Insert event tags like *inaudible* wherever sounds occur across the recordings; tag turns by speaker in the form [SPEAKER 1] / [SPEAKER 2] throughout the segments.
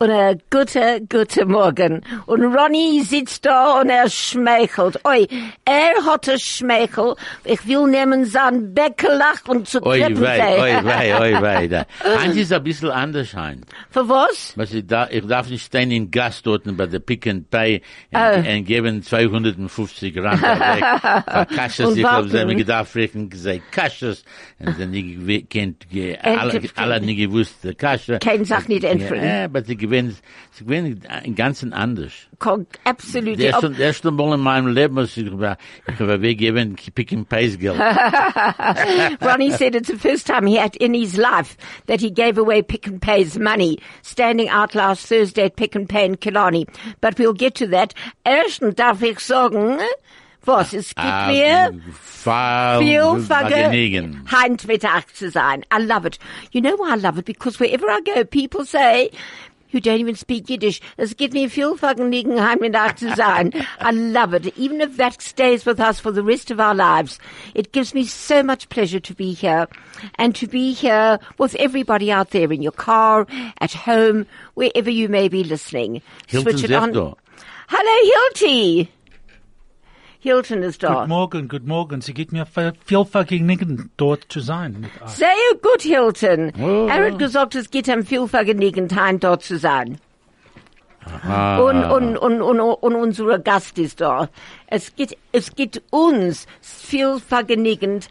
[SPEAKER 1] Oder guter, guter Morgen. Und Ronny sitzt da und er schmeichelt. Oi, er hat ein Schmeichel. Ich will nehmen seinen Beckelach und zu
[SPEAKER 2] Oi,
[SPEAKER 1] Treppen
[SPEAKER 2] wei,
[SPEAKER 1] gehen.
[SPEAKER 2] oi, wei, oi, wei. *laughs* da. Hans ist ein bisschen anders, Hans.
[SPEAKER 1] Für was?
[SPEAKER 2] Was ich, da, ich darf nicht stehen in Gast dort bei der Pick and Pay und,
[SPEAKER 1] Oh.
[SPEAKER 2] und geben 250 Rand weg. *laughs* Weil Kasches,
[SPEAKER 1] Und
[SPEAKER 2] ich habe
[SPEAKER 1] warten.
[SPEAKER 2] selber gedacht, vielleicht haben gesagt, Kasches. Und dann ich gewe- kennt, ge- alle,
[SPEAKER 1] Entfrieden.
[SPEAKER 2] alle nicht gewusst, der Kasche.
[SPEAKER 1] Keine Sache nicht entfrieden.
[SPEAKER 2] Ja, äh, aber sie gewinnen, sie gewinnen im Ganzen anders.
[SPEAKER 1] Kon- Absolut.
[SPEAKER 2] Der
[SPEAKER 1] Ob-
[SPEAKER 2] erste, der erste Mal in meinem Leben, als ich war, ich war weggeben, Pick and Pays *laughs* Geld.
[SPEAKER 1] Ronnie said it's the first time he had in his life that he gave away Pick and Pay's money, standing out last Thursday at Pick and Pay in Killarney. But we'll get to that. Erstens darf ich sagen, was es gibt
[SPEAKER 2] Ah, mm.
[SPEAKER 1] mir viel
[SPEAKER 2] Vergnügen.
[SPEAKER 1] vergnügen, Handmittag zu sein. I love it. You know why I love it? Because wherever I go, people say, who don't even speak Yiddish, es gibt mir viel Vergnügen, Heimmittag zu sein. I love it. Even if that stays with us for the rest of our lives, it gives me so much pleasure to be here and to be here with everybody out there in your car, at home, wherever you may be listening.
[SPEAKER 2] Hilton Zepto.
[SPEAKER 1] Hello, Hilti. Hilton is da.
[SPEAKER 3] Good Morgen, good Morgen. Sie geht mir viel viel Vergnügen, dort zu sein mit euch.
[SPEAKER 1] Sehr gut, Hilton.
[SPEAKER 2] Ja.
[SPEAKER 1] Er hat gesagt, es geht ihm viel Vergnügenheit, dort zu sein.
[SPEAKER 2] Ah.
[SPEAKER 1] Und, und, und, und, und unser Gast ist da. Es geht, es geht uns viel Vergnügenheit,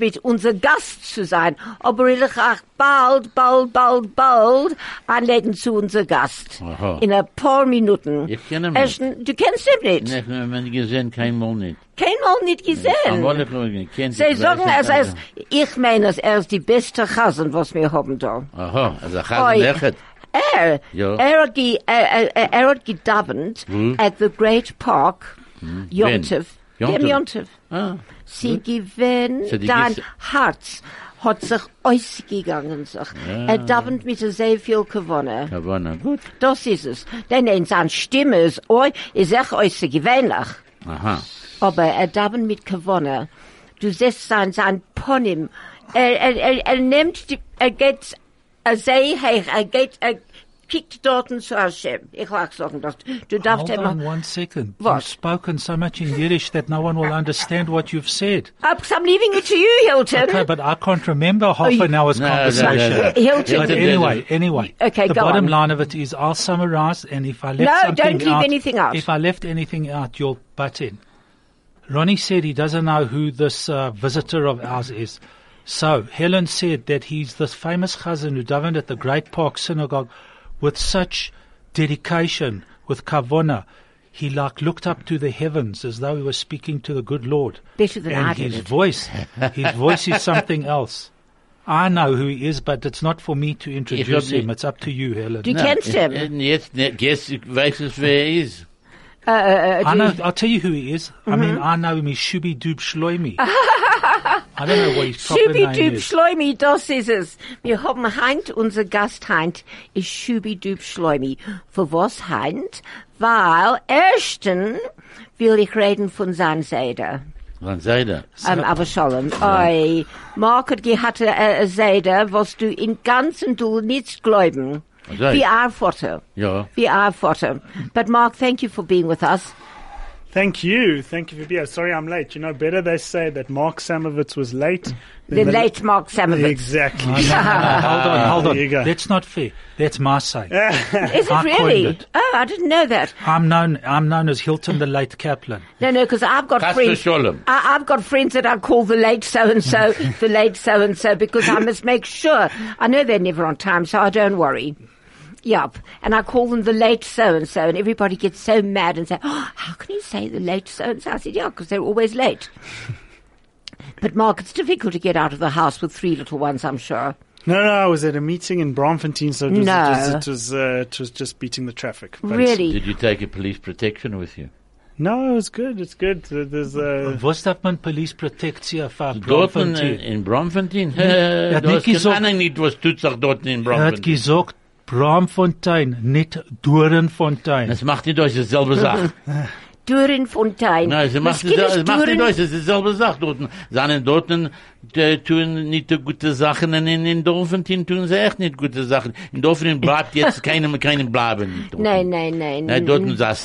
[SPEAKER 1] mit unserem Gast zu sein. Aber ich auch bald, bald, bald, bald einladen zu unserem Gast.
[SPEAKER 2] Aha.
[SPEAKER 1] In ein paar Minuten.
[SPEAKER 2] Ich kenn ihn nicht.
[SPEAKER 1] Ersten- Du kennst ihn nicht.
[SPEAKER 2] Ich habe ihn gesehen, kein Mal nicht.
[SPEAKER 1] Keinmal nicht gesehen.
[SPEAKER 2] Einmal habe ich ihn nicht gekannt,
[SPEAKER 1] Sie
[SPEAKER 2] ich
[SPEAKER 1] sagen,
[SPEAKER 2] weiß
[SPEAKER 1] es
[SPEAKER 2] nicht,
[SPEAKER 1] ist, ich meine, es- er ist die beste Chasen, was wir haben da.
[SPEAKER 2] Aha, also ich
[SPEAKER 1] Oi.
[SPEAKER 2] habe lächelt.
[SPEAKER 1] Er, äh,
[SPEAKER 2] Ja. Hm.
[SPEAKER 1] er, hat ge- er, er, er hat gedavend at the Great Park, Jontif.
[SPEAKER 2] Wen?
[SPEAKER 1] Dem
[SPEAKER 2] Hm. Yontef?
[SPEAKER 1] Jontif.
[SPEAKER 2] Ah,
[SPEAKER 1] Sie gewinnt,
[SPEAKER 2] So die
[SPEAKER 1] dein
[SPEAKER 2] gibt's-
[SPEAKER 1] Herz hat sich ausgegangen, sich. Er davend mit sehr viel gewonnen.
[SPEAKER 2] gewonnen. Gut.
[SPEAKER 1] Das ist es. Denn in seiner Stimme ist, oh, ist echt äußerst gewöhnlich.
[SPEAKER 2] Aha.
[SPEAKER 1] Aber er darf mit gewonnen. Du siehst sein, sein Ponym. Er, er, er, er nimmt, die, er geht, er sei heich, er geht, er kickt dort zu Hashem. Ich mag sagen, dass du darfst
[SPEAKER 3] Hold on
[SPEAKER 1] immer.
[SPEAKER 3] one second.
[SPEAKER 1] What?
[SPEAKER 3] You've spoken so much in Yiddish that no one will understand what you've said.
[SPEAKER 1] I'm I'm leaving it to you, Hilton.
[SPEAKER 3] Okay, but I can't remember half
[SPEAKER 1] Oh, you-
[SPEAKER 3] an hour's
[SPEAKER 2] No, no, no,
[SPEAKER 3] conversation.
[SPEAKER 2] no.
[SPEAKER 1] Hilton.
[SPEAKER 3] But
[SPEAKER 2] Hilton,
[SPEAKER 3] anyway, anyway.
[SPEAKER 1] Okay,
[SPEAKER 3] the
[SPEAKER 1] go
[SPEAKER 3] bottom
[SPEAKER 1] on.
[SPEAKER 3] line of it is I'll summarize, and if I left
[SPEAKER 1] No,
[SPEAKER 3] something
[SPEAKER 1] don't leave
[SPEAKER 3] out,
[SPEAKER 1] anything out.
[SPEAKER 3] If I left anything out, you'll butt in. Ronnie said he doesn't know who this uh, visitor of ours is. So Helen said that he's this famous chazan who davened at the Great Park Synagogue with such dedication, with kavona. He like looked up to the heavens as though he was speaking to the good Lord.
[SPEAKER 1] Better than
[SPEAKER 3] and
[SPEAKER 1] I did
[SPEAKER 3] his
[SPEAKER 1] it.
[SPEAKER 3] voice,
[SPEAKER 1] *laughs*
[SPEAKER 3] his voice is something else. I know who he is, but it's not for me to introduce
[SPEAKER 2] Lovely.
[SPEAKER 3] him. It's up to you, Helen.
[SPEAKER 1] Do you- Kennst du ihn?
[SPEAKER 2] ihn? Jetzt, jetzt weiß ich, wer er ist.
[SPEAKER 3] I know, I'll tell you who he is.
[SPEAKER 1] Mm-hmm.
[SPEAKER 3] I mean, I know him. He's Shubi
[SPEAKER 1] *laughs*
[SPEAKER 3] Doob Shloimi. I don't know what his proper name
[SPEAKER 1] Schubidub
[SPEAKER 3] is.
[SPEAKER 1] Schleumi, das ist es. Wir haben Heint, unser Gast Heint, ist Schubidub Schleumi. Für was Heint? Weil, ersten will ich reden von seiner Seite.
[SPEAKER 2] Wann sei der?
[SPEAKER 1] Ähm, aber Shalom, oi, Mark hat gehabt äh, äh, Seide, was du im Ganzen du nicht glauben.
[SPEAKER 2] Also.
[SPEAKER 1] Wie ein Vater.
[SPEAKER 2] Ja.
[SPEAKER 1] Wie ein Vater. But Mark, thank you for being with us.
[SPEAKER 4] Thank you. Thank you for being here. Sorry I'm late. You know, better they say that Mark Samovitz was late
[SPEAKER 1] The
[SPEAKER 4] the-
[SPEAKER 1] late Mark Samovitz.
[SPEAKER 4] Exactly. *laughs*
[SPEAKER 3] hold on, hold on.
[SPEAKER 4] Ah, There you go.
[SPEAKER 3] That's not fair. That's my
[SPEAKER 4] *laughs*
[SPEAKER 3] say.
[SPEAKER 1] Is it
[SPEAKER 3] I coined
[SPEAKER 1] really?
[SPEAKER 3] it.
[SPEAKER 1] Oh, I didn't know that.
[SPEAKER 3] I'm known. I'm known as Hilton the Late Kaplan.
[SPEAKER 4] *laughs*
[SPEAKER 1] No, no, because I've got
[SPEAKER 2] Pastor
[SPEAKER 1] friends.
[SPEAKER 2] Sholem.
[SPEAKER 1] I, I've got friends that I call the late so and
[SPEAKER 2] *laughs*
[SPEAKER 1] so, the late so and so, because I must make sure. I know they're never on time, so I don't worry. Yup. And I call them the late so and so, and everybody gets so mad and say, oh, "How can you say the late so and so?" I said, "Yeah, because they're always
[SPEAKER 2] *laughs*
[SPEAKER 1] late." But Mark, it's difficult to get out of the house with three little ones. I'm sure.
[SPEAKER 4] No, no, I was at a meeting in Bromfontein, so it was,
[SPEAKER 1] No.
[SPEAKER 4] it was, it was, uh, it was just beating the traffic. But-
[SPEAKER 1] Really?
[SPEAKER 2] Did you take a police protection with you?
[SPEAKER 4] No, it was good. It's good. There- There's uh,
[SPEAKER 3] Vostapman Police protects you for
[SPEAKER 2] Dort in,
[SPEAKER 3] Bromfontein.
[SPEAKER 2] in Bromfontein? Äh,
[SPEAKER 3] hat
[SPEAKER 2] Du
[SPEAKER 3] nicht
[SPEAKER 2] hast keine
[SPEAKER 3] gesagt-
[SPEAKER 2] Ahnung nicht, was tut sich dort in
[SPEAKER 3] Er hat
[SPEAKER 2] Bromfontein.
[SPEAKER 3] gesagt Bromfontein, nicht Dorenfontein.
[SPEAKER 2] Das macht nicht euch dieselbe Sache.
[SPEAKER 1] Durenfontein.
[SPEAKER 2] Nein, sie macht,
[SPEAKER 1] Miskien
[SPEAKER 2] es,
[SPEAKER 1] is
[SPEAKER 2] es macht nicht
[SPEAKER 1] Duren-
[SPEAKER 2] aus, es ist dieselbe Sache dort. Seine dort tun nicht so gute Sachen und in, in Dorfentin tun sie echt nicht gute Sachen. In Dorfentin bleibt
[SPEAKER 1] *laughs*
[SPEAKER 2] jetzt keinem, keinem bleiben.
[SPEAKER 1] Nein, nein, nein.
[SPEAKER 2] Nein, dort ist das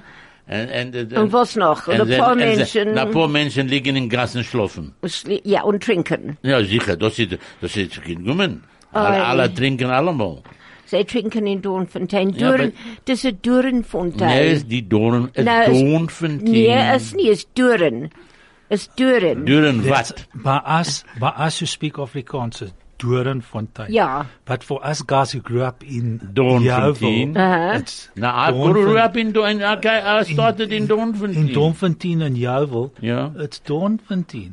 [SPEAKER 1] Ah.
[SPEAKER 2] Und, und, und,
[SPEAKER 1] Und was noch? Und
[SPEAKER 2] und
[SPEAKER 1] ein
[SPEAKER 2] sie-
[SPEAKER 1] paar
[SPEAKER 2] und sie-
[SPEAKER 1] Menschen-
[SPEAKER 2] Ein paar Menschen liegen in Grasen schlafen.
[SPEAKER 1] Schli- Ja, und trinken.
[SPEAKER 2] Ja, sicher, das ist, das ist kein Gummen.
[SPEAKER 1] Ei.
[SPEAKER 2] Alle, alle trinken allemal.
[SPEAKER 1] Sie trinken in Dornfontein.
[SPEAKER 2] Ja,
[SPEAKER 1] Duren,
[SPEAKER 2] aber-
[SPEAKER 1] das ist Durenfontein.
[SPEAKER 2] Nee, es ist die Dorn, es
[SPEAKER 1] Nou, is-
[SPEAKER 2] Dornfontein.
[SPEAKER 1] Nee, is nie, is Duren. Is Duren.
[SPEAKER 2] Duren
[SPEAKER 3] That's-
[SPEAKER 2] wat?
[SPEAKER 3] By us, by us who speak Afrikaans, it's Dorenfontein.
[SPEAKER 1] Ja.
[SPEAKER 3] But for us guys who grew up in
[SPEAKER 2] Doornfontein.
[SPEAKER 3] Yeovil,
[SPEAKER 1] Uh-huh.
[SPEAKER 3] it's
[SPEAKER 2] Na, I
[SPEAKER 3] Doornfon-
[SPEAKER 2] grew up in Dorn, I I started in Dornfontein.
[SPEAKER 3] in Uh, Doornfontein and Yeovil.
[SPEAKER 2] Ja.
[SPEAKER 3] It's Doornfontein.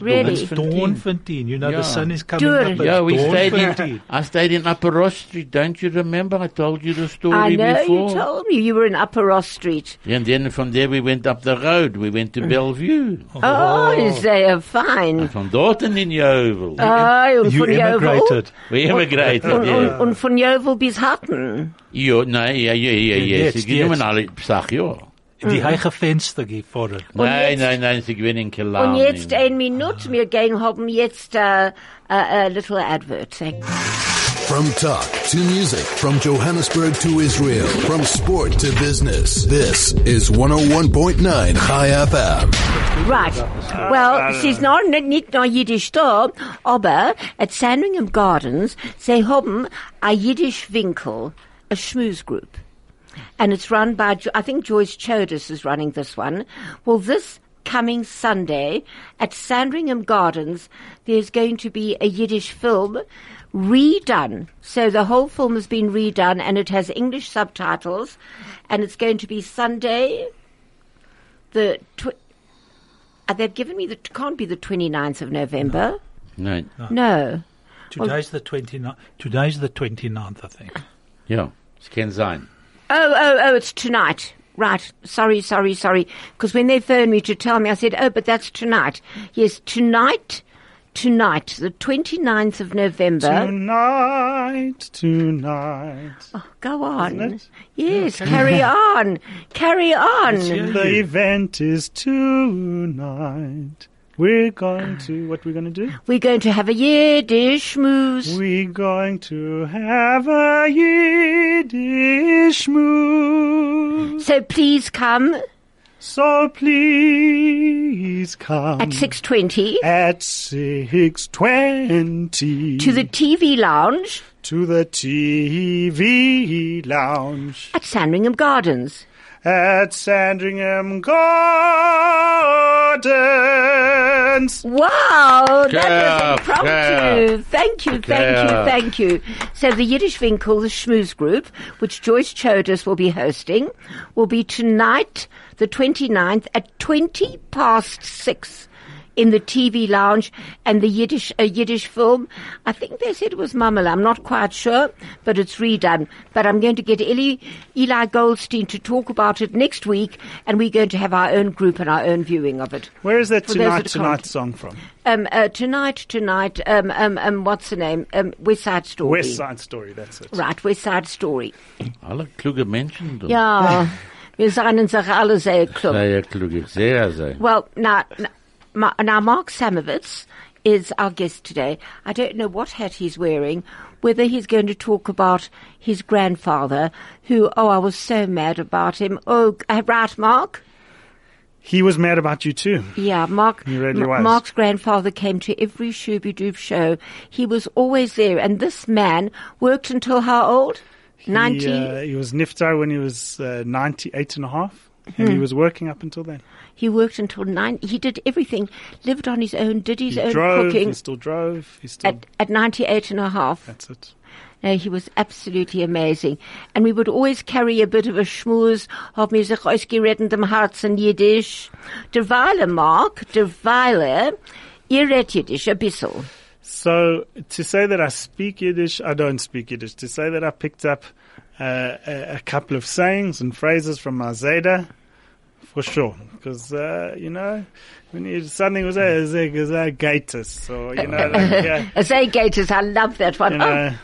[SPEAKER 1] Really?
[SPEAKER 3] It's Doornfontein. You know,
[SPEAKER 2] Yeah.
[SPEAKER 3] the sun is coming
[SPEAKER 1] Doorn.
[SPEAKER 3] up. It's
[SPEAKER 2] Yeah, we stayed in,
[SPEAKER 3] Doornfontein.
[SPEAKER 2] I stayed in Upper Ross Street. Don't you remember? I told you the story
[SPEAKER 1] I know
[SPEAKER 2] before.
[SPEAKER 1] you told me you were in Upper Ross Street.
[SPEAKER 2] and then from there we went up the road. We went to Bellevue.
[SPEAKER 1] Oh, is they are fine.
[SPEAKER 2] From Dorton in Yeovil.
[SPEAKER 1] Oh, und
[SPEAKER 3] You
[SPEAKER 1] von Jovel.
[SPEAKER 3] immigrated.
[SPEAKER 2] we immigrated.
[SPEAKER 1] Und,
[SPEAKER 2] yeah.
[SPEAKER 1] und, und von Jovel bis Hatton.
[SPEAKER 2] Jo, nee, ja, ja, ja, ja.
[SPEAKER 3] Jetzt,
[SPEAKER 2] Sie genommen
[SPEAKER 3] jetzt.
[SPEAKER 2] alle, sag ja.
[SPEAKER 3] Die
[SPEAKER 1] Mm.
[SPEAKER 3] heilige Fenster gefahren.
[SPEAKER 2] Nein,
[SPEAKER 1] jetzt-
[SPEAKER 2] nein, nein, sie gewinnen in Killarney.
[SPEAKER 1] Und jetzt ein Minute, wir gehen haben jetzt a, a, a eh, little advert. Thank
[SPEAKER 5] From talk to music, from Johannesburg to Israel, from sport to business. This is 101.9 High FM.
[SPEAKER 1] Right. Well, she's not nicht nur Jiddisch da, aber at Sandringham Gardens, they haben a Yiddish Winkel, a schmooze group. And it's run by, Jo- I think Joyce Chodas is running this one. Well, this coming Sunday at Sandringham Gardens, there's going to be a Yiddish film redone. So the whole film has been redone and it has English subtitles and it's going to be Sunday, the tw- uh, they've given me the it can't be the 29th of November.
[SPEAKER 2] Nein,
[SPEAKER 1] No.
[SPEAKER 3] Today's the 29th. Today's the 29th, I think.
[SPEAKER 2] ja, es kann sein.
[SPEAKER 1] Oh, oh, oh, it's tonight. Right. Sorry, sorry, sorry. Because when they phoned me to tell me, I said, oh, but that's tonight. Yes, tonight, tonight, the 29th of November.
[SPEAKER 4] Tonight, tonight,
[SPEAKER 1] Go on.
[SPEAKER 4] Isn't it?
[SPEAKER 1] Yes, carry on. Carry on.
[SPEAKER 4] the event is tonight. We're going to what we're going to do?
[SPEAKER 1] We're going to have a Yiddish moose.
[SPEAKER 4] We're going to have a Yiddish move.
[SPEAKER 1] So please come
[SPEAKER 4] So please come
[SPEAKER 1] Mm. at 6.20
[SPEAKER 4] at 6.20
[SPEAKER 1] to the TV lounge
[SPEAKER 4] to the TV lounge
[SPEAKER 1] at Sandringham Gardens.
[SPEAKER 4] at Sandringham Gardens.
[SPEAKER 1] Wow, that
[SPEAKER 2] Clap,
[SPEAKER 1] was impromptu. Thank you, thank
[SPEAKER 2] Clap.
[SPEAKER 1] you, thank you. So the Yiddish Winkel, the Schmooze Group, which Joyce Chodas will be hosting, will be tonight, the 29th, at 20 past 6 in the TV lounge and the Yiddish, a Yiddish film. I think they said it was Mamala. I'm not quite sure, but it's redone. But I'm going to get Eli, Eli Goldstein to talk about it next week and we're going to have our own group and our own viewing of it.
[SPEAKER 4] Where is that
[SPEAKER 1] For those
[SPEAKER 4] tonight
[SPEAKER 1] that
[SPEAKER 4] tonight
[SPEAKER 1] can't-
[SPEAKER 4] song from?
[SPEAKER 1] Um, uh, tonight, tonight, um, um, um, what's the name? Um, West Side Story.
[SPEAKER 4] West Side Story. That's it.
[SPEAKER 1] Right, West Side Story.
[SPEAKER 2] Alle kluge Menschen. da.
[SPEAKER 4] *laughs*
[SPEAKER 1] Ja, wir seien sich alle sehr klug.
[SPEAKER 2] Sehr kluge, sehr, sehr.
[SPEAKER 1] Well, now, now, now Mark Samovitz is our guest today. I don't know what hat he's wearing, whether he's going to talk about his grandfather, who, oh, I was so mad about him. Oh, uh, right, Mark?
[SPEAKER 4] He was mad about you too.
[SPEAKER 1] Yeah, Mark.
[SPEAKER 4] He really
[SPEAKER 1] M-
[SPEAKER 4] was.
[SPEAKER 1] Mark's grandfather came to every Shooby Doob show. He was always there, and this man worked until how old? Ninety.
[SPEAKER 4] He, uh, he was Niftar when he was uh, 98 and a half, and
[SPEAKER 1] Hmm.
[SPEAKER 4] he was working up until then.
[SPEAKER 1] He worked until nine. He did everything. Lived on his own. Did his
[SPEAKER 4] He
[SPEAKER 1] own
[SPEAKER 4] drove, he
[SPEAKER 1] cooking.
[SPEAKER 4] still drove, he still.
[SPEAKER 1] At, at 98 and a half.
[SPEAKER 4] that's it.
[SPEAKER 1] No, he was absolutely amazing. And we would always carry a bit of a schmooze, haben wir sich ausgeredet im Herzen Jiddisch. Derweile, Mark, derweile, ihr redet Jiddisch a bissel.
[SPEAKER 4] So to say that I speak Yiddish, I don't speak Yiddish. To say that I picked up uh, a, a couple of sayings and phrases from my Zeta, for sure, because uh, you know when you something was "Eh, a
[SPEAKER 1] *laughs*
[SPEAKER 4] a gatus, or you know, like, uh,
[SPEAKER 1] As they gators, I love that one.
[SPEAKER 4] you
[SPEAKER 1] Oh,
[SPEAKER 4] know.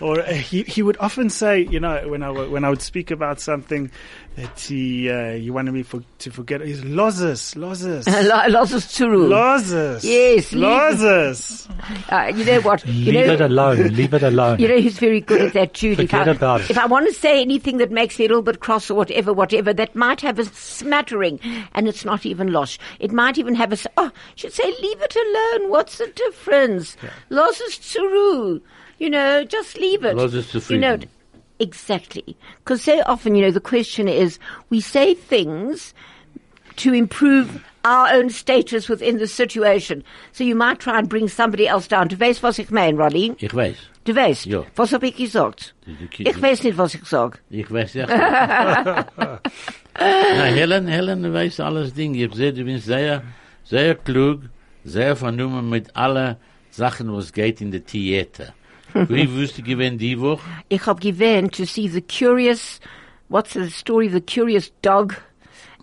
[SPEAKER 4] Or uh, he, he would often say, you know, when I, w- when I would speak about something that he, uh, he wanted me for, to forget, he's
[SPEAKER 1] *laughs*
[SPEAKER 4] losses, losses.
[SPEAKER 1] Lots of tsuru.
[SPEAKER 4] Losses.
[SPEAKER 1] Yes, leave-
[SPEAKER 4] Losses.
[SPEAKER 1] Uh, you know what? You
[SPEAKER 3] Leave
[SPEAKER 1] know,
[SPEAKER 3] it alone. Leave it
[SPEAKER 2] Oh,
[SPEAKER 3] alone.
[SPEAKER 1] You know who's very good at that, Judy. if
[SPEAKER 3] Forget
[SPEAKER 1] I,
[SPEAKER 3] about it.
[SPEAKER 1] If I want to say anything that makes me a little bit cross or whatever, whatever, that might have a smattering, and it's not even losh. It might even have a. s- Oh, should say leave it alone. What's the difference? Loss is tsuru. You know, just leave it.
[SPEAKER 2] Loss is to
[SPEAKER 1] You know,
[SPEAKER 2] freedom.
[SPEAKER 1] exactly. Because so often, you know, the question is, we say things to improve our own status within the situation. So you might try and bring somebody else down. Du weißt, was ich meine, Ronnie?
[SPEAKER 2] Ich weiß.
[SPEAKER 1] Du weißt,
[SPEAKER 2] Ja.
[SPEAKER 1] was hab ich gesagt? Ich weiß nicht, was ich sag.
[SPEAKER 2] Ich weiß *laughs* echt. Na, Helen, Helen weiß alles Ding. Ich sehe, du bist sehr, sehr klug, sehr vernommen mit allen Sachen, was geht in der Theater. Wie wüsste ich, wenn die Woche?
[SPEAKER 1] Ich hab gewähnt to see the curious, what's the story of the curious dog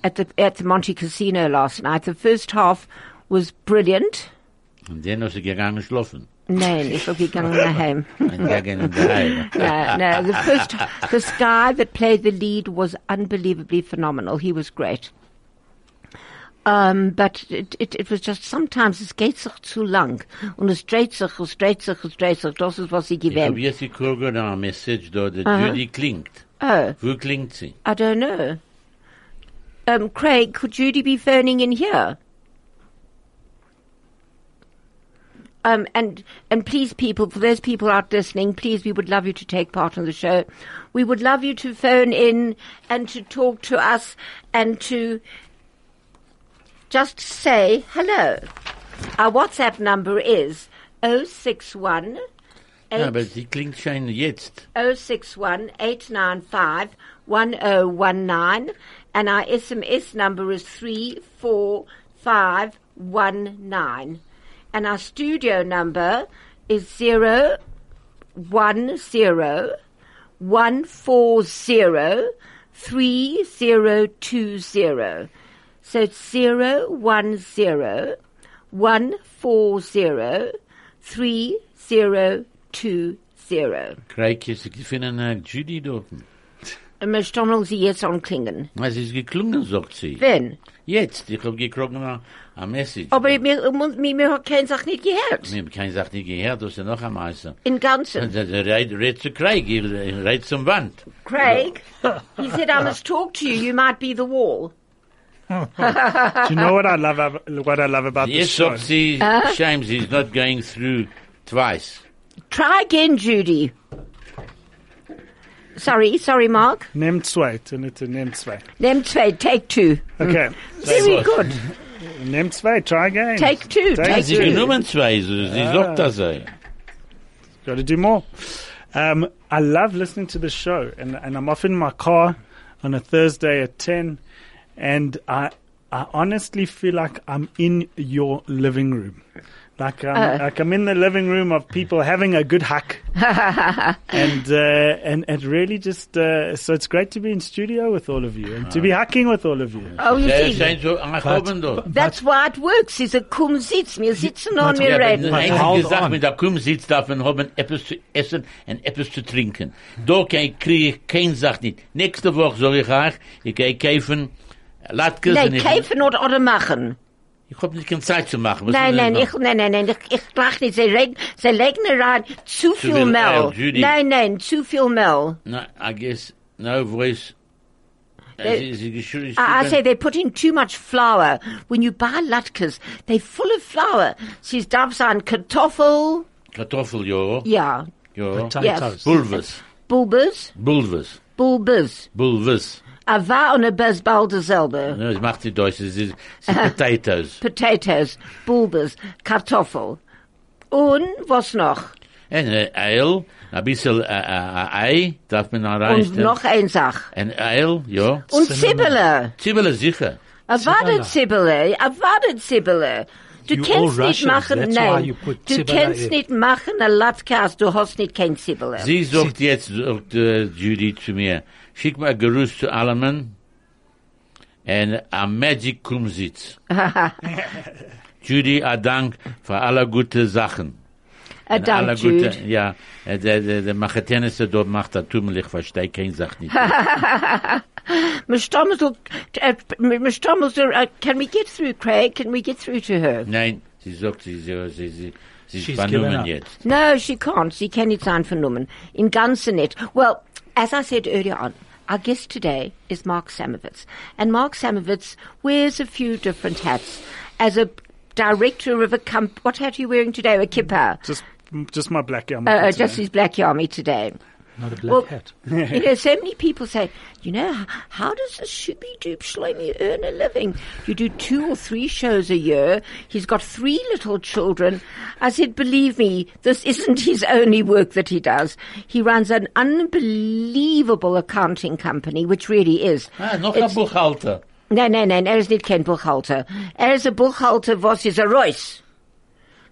[SPEAKER 1] at the, at the Monte Casino last night. The first half was brilliant.
[SPEAKER 2] Und dann hast du gegangen schlafen.
[SPEAKER 1] Nein, ich hab gegangen nach Hause.
[SPEAKER 2] Und gegangen daheim.
[SPEAKER 1] No, no, the first, this guy that played the lead was unbelievably phenomenal. He was great. Um, but it, it, it was just sometimes es geht sich zu lang und es dreht sich, es dreht sich, es dreht sich. Das ist was sie
[SPEAKER 2] Ich habe
[SPEAKER 1] gewählt.
[SPEAKER 2] jetzt geguckt nach einem Message da, der Judy klingt.
[SPEAKER 1] Oh.
[SPEAKER 2] Wo klingt sie?
[SPEAKER 1] I don't know. Um, Craig, could Judy be phoning in here? Um, and and please, people, for those people out listening, please, we would love you to take part in the show. We would love you to phone in and to talk to us and to just say hello. Our WhatsApp number is 061
[SPEAKER 2] Ja, aber sie klingt schon jetzt.
[SPEAKER 1] 061 895 1019 and our SMS number is 34519 and our studio number is 010 140 3020. So it's 010 140 3020.
[SPEAKER 2] Craig ist gefunden nach Judy dort.
[SPEAKER 1] Mr. Donald, Sie jetzt anklingen.
[SPEAKER 2] Na, sie ist geklungen, sagt sie.
[SPEAKER 1] Wenn.
[SPEAKER 2] Jetzt, ich habe gekriegt nach einem Message.
[SPEAKER 1] Aber mir, mir, mir hat keine Sache nicht gehört.
[SPEAKER 2] Ich habe keine Sache nicht gehört, dass sie noch einmal ist.
[SPEAKER 1] In
[SPEAKER 2] *laughs* Und
[SPEAKER 1] Ganzen.
[SPEAKER 2] der reit, reit zu Craig, ihr reit zum Wand.
[SPEAKER 1] Craig, he said, I must talk to you. You might be the wall.
[SPEAKER 4] Do you know what I love? ab- What I love about this
[SPEAKER 2] Yes,
[SPEAKER 4] show?
[SPEAKER 2] sagt sie,
[SPEAKER 1] Ah.
[SPEAKER 2] James is not going through twice.
[SPEAKER 1] Try again, Judy. Sorry, sorry, Mark.
[SPEAKER 4] Name zwei. Turn it to name zwei.
[SPEAKER 1] Them zwei, take two.
[SPEAKER 4] Okay.
[SPEAKER 1] Very good.
[SPEAKER 4] Name zwei. Try again.
[SPEAKER 1] Take two,
[SPEAKER 4] Take
[SPEAKER 2] Ja,
[SPEAKER 1] take
[SPEAKER 2] sie
[SPEAKER 1] two.
[SPEAKER 2] genommen zwei, so, sie sagt das. ey.
[SPEAKER 4] Got to do more. Um, I love listening to the show, and, and I'm off in my car on a Thursday at ten, and I I honestly feel like I'm in your living room, like I'm,
[SPEAKER 1] Uh.
[SPEAKER 4] like I'm in the living room of people having a good
[SPEAKER 1] *laughs*
[SPEAKER 4] hack, and uh, and and really just uh, so it's great to be in studio with all of you and to be hacking with all of you.
[SPEAKER 1] Oh, you
[SPEAKER 2] Der
[SPEAKER 1] see,
[SPEAKER 2] scheint so angehoben dort.
[SPEAKER 1] that's why it works. Is a cum sitz. Wir sitzen und wir
[SPEAKER 2] Ja, aber
[SPEAKER 1] reden.
[SPEAKER 2] die
[SPEAKER 3] hold
[SPEAKER 2] einzige Sache,
[SPEAKER 3] on.
[SPEAKER 2] mit der Kuhm sitzt, darf man haben etwas zu essen und etwas zu trinken. Da kein Krieg, kein Sach nicht. Nächste Woche soll ich euch, ich gehe kaufen, Latkes. und
[SPEAKER 1] Nein,
[SPEAKER 2] ich-
[SPEAKER 1] kämpfen oder, oder machen.
[SPEAKER 2] Ich hab nicht keine Zeit zu machen. Was
[SPEAKER 1] Nein,
[SPEAKER 2] soll
[SPEAKER 1] nein,
[SPEAKER 2] machen?
[SPEAKER 1] ich, nein, nein, nein, ich, ich mag nicht. Sie legen, sie legen rein zu viel
[SPEAKER 2] viel
[SPEAKER 1] Mehl.
[SPEAKER 2] Mehl, Judy.
[SPEAKER 1] nein, nein, zu viel Mehl.
[SPEAKER 2] No, I guess no voice.
[SPEAKER 1] They-
[SPEAKER 2] Is- is- is- is-
[SPEAKER 1] I, I
[SPEAKER 2] is-
[SPEAKER 1] Ah, say they put in too much flour. When you buy latkes, they're full of flour. She's dabs on kartoffel,
[SPEAKER 2] Kartoffel, ja.
[SPEAKER 1] yeah,
[SPEAKER 2] ja.
[SPEAKER 3] Potatoes.
[SPEAKER 2] Bulvers.
[SPEAKER 1] bulbers,
[SPEAKER 2] Bulvers.
[SPEAKER 1] bulbers.
[SPEAKER 2] Bulvers.
[SPEAKER 1] Ava und a bas bald dasselbe.
[SPEAKER 2] No, Das macht die Deutsch. Es ist
[SPEAKER 1] *laughs*
[SPEAKER 2] es ist Potatoes.
[SPEAKER 1] Potatoes, bulbers, kartoffel. Und was noch?
[SPEAKER 2] Und äh, Ale, ein bisschen äh, äh, Ei darf man da
[SPEAKER 1] Und
[SPEAKER 2] reinstellen.
[SPEAKER 1] noch eine Sache.
[SPEAKER 2] Und Ale, ja.
[SPEAKER 1] Und
[SPEAKER 3] Cinnamon.
[SPEAKER 1] Zwiebeln.
[SPEAKER 2] Zwiebeln sicher.
[SPEAKER 1] Avada Zibbele, Avada Zibbele. Du
[SPEAKER 3] You
[SPEAKER 1] kennst
[SPEAKER 3] all
[SPEAKER 1] nicht
[SPEAKER 3] Russians,
[SPEAKER 1] machen,
[SPEAKER 3] that's why
[SPEAKER 1] nein.
[SPEAKER 3] you put
[SPEAKER 1] Du
[SPEAKER 3] Zibbele
[SPEAKER 1] kennst
[SPEAKER 3] in.
[SPEAKER 1] nicht machen, a Latkast, du hast nicht kein Zibbele.
[SPEAKER 2] Sie sagt jetzt, sagt äh, Judy zu mir, schick mal Gruß zu Allemann und a Magic Kumsitz. Judy, a Dank für alle gute Sachen.
[SPEAKER 1] Äh,
[SPEAKER 2] Und alle
[SPEAKER 1] dank, Jude.
[SPEAKER 2] gute- Ja, äh, der, der, der Machetenis, der dort macht, der Tummelig versteht keine Sache nicht.
[SPEAKER 1] Miss Thomas will, uh, Miss Thomas, will- uh, can we get through, Craig? Can we get through to her?
[SPEAKER 2] Nein, sie sagt, sie, sie, sie, sie, sie ist
[SPEAKER 3] She's given
[SPEAKER 2] vernommen
[SPEAKER 3] up.
[SPEAKER 2] jetzt.
[SPEAKER 1] No, she can't. She can it's unvernommen. In Gansenet. Well, as I said earlier on, our guest today is Mark Samovitz. And Mark Samovitz wears a few different hats. As a director of a comp, what hat are you wearing today? A kippah.
[SPEAKER 4] Just, just my black yarmulke.
[SPEAKER 1] Uh, uh,
[SPEAKER 4] today.
[SPEAKER 1] just his black army today.
[SPEAKER 3] Not a black
[SPEAKER 1] Well-
[SPEAKER 3] hat.
[SPEAKER 1] you know, so many people say, you know, h- how does this shooby doop shlomi earn a living? You do two or three shows a year. He's got three little children. I said, believe me, this isn't *laughs* his only work that he does. He runs an unbelievable accounting company, which really is.
[SPEAKER 2] Ah, noch
[SPEAKER 1] It's-
[SPEAKER 2] ein Buchhalter.
[SPEAKER 1] Nein, nein, nein, er ist nicht kein Buchhalter. Er ist ein Buchhalter, was ist er Reus?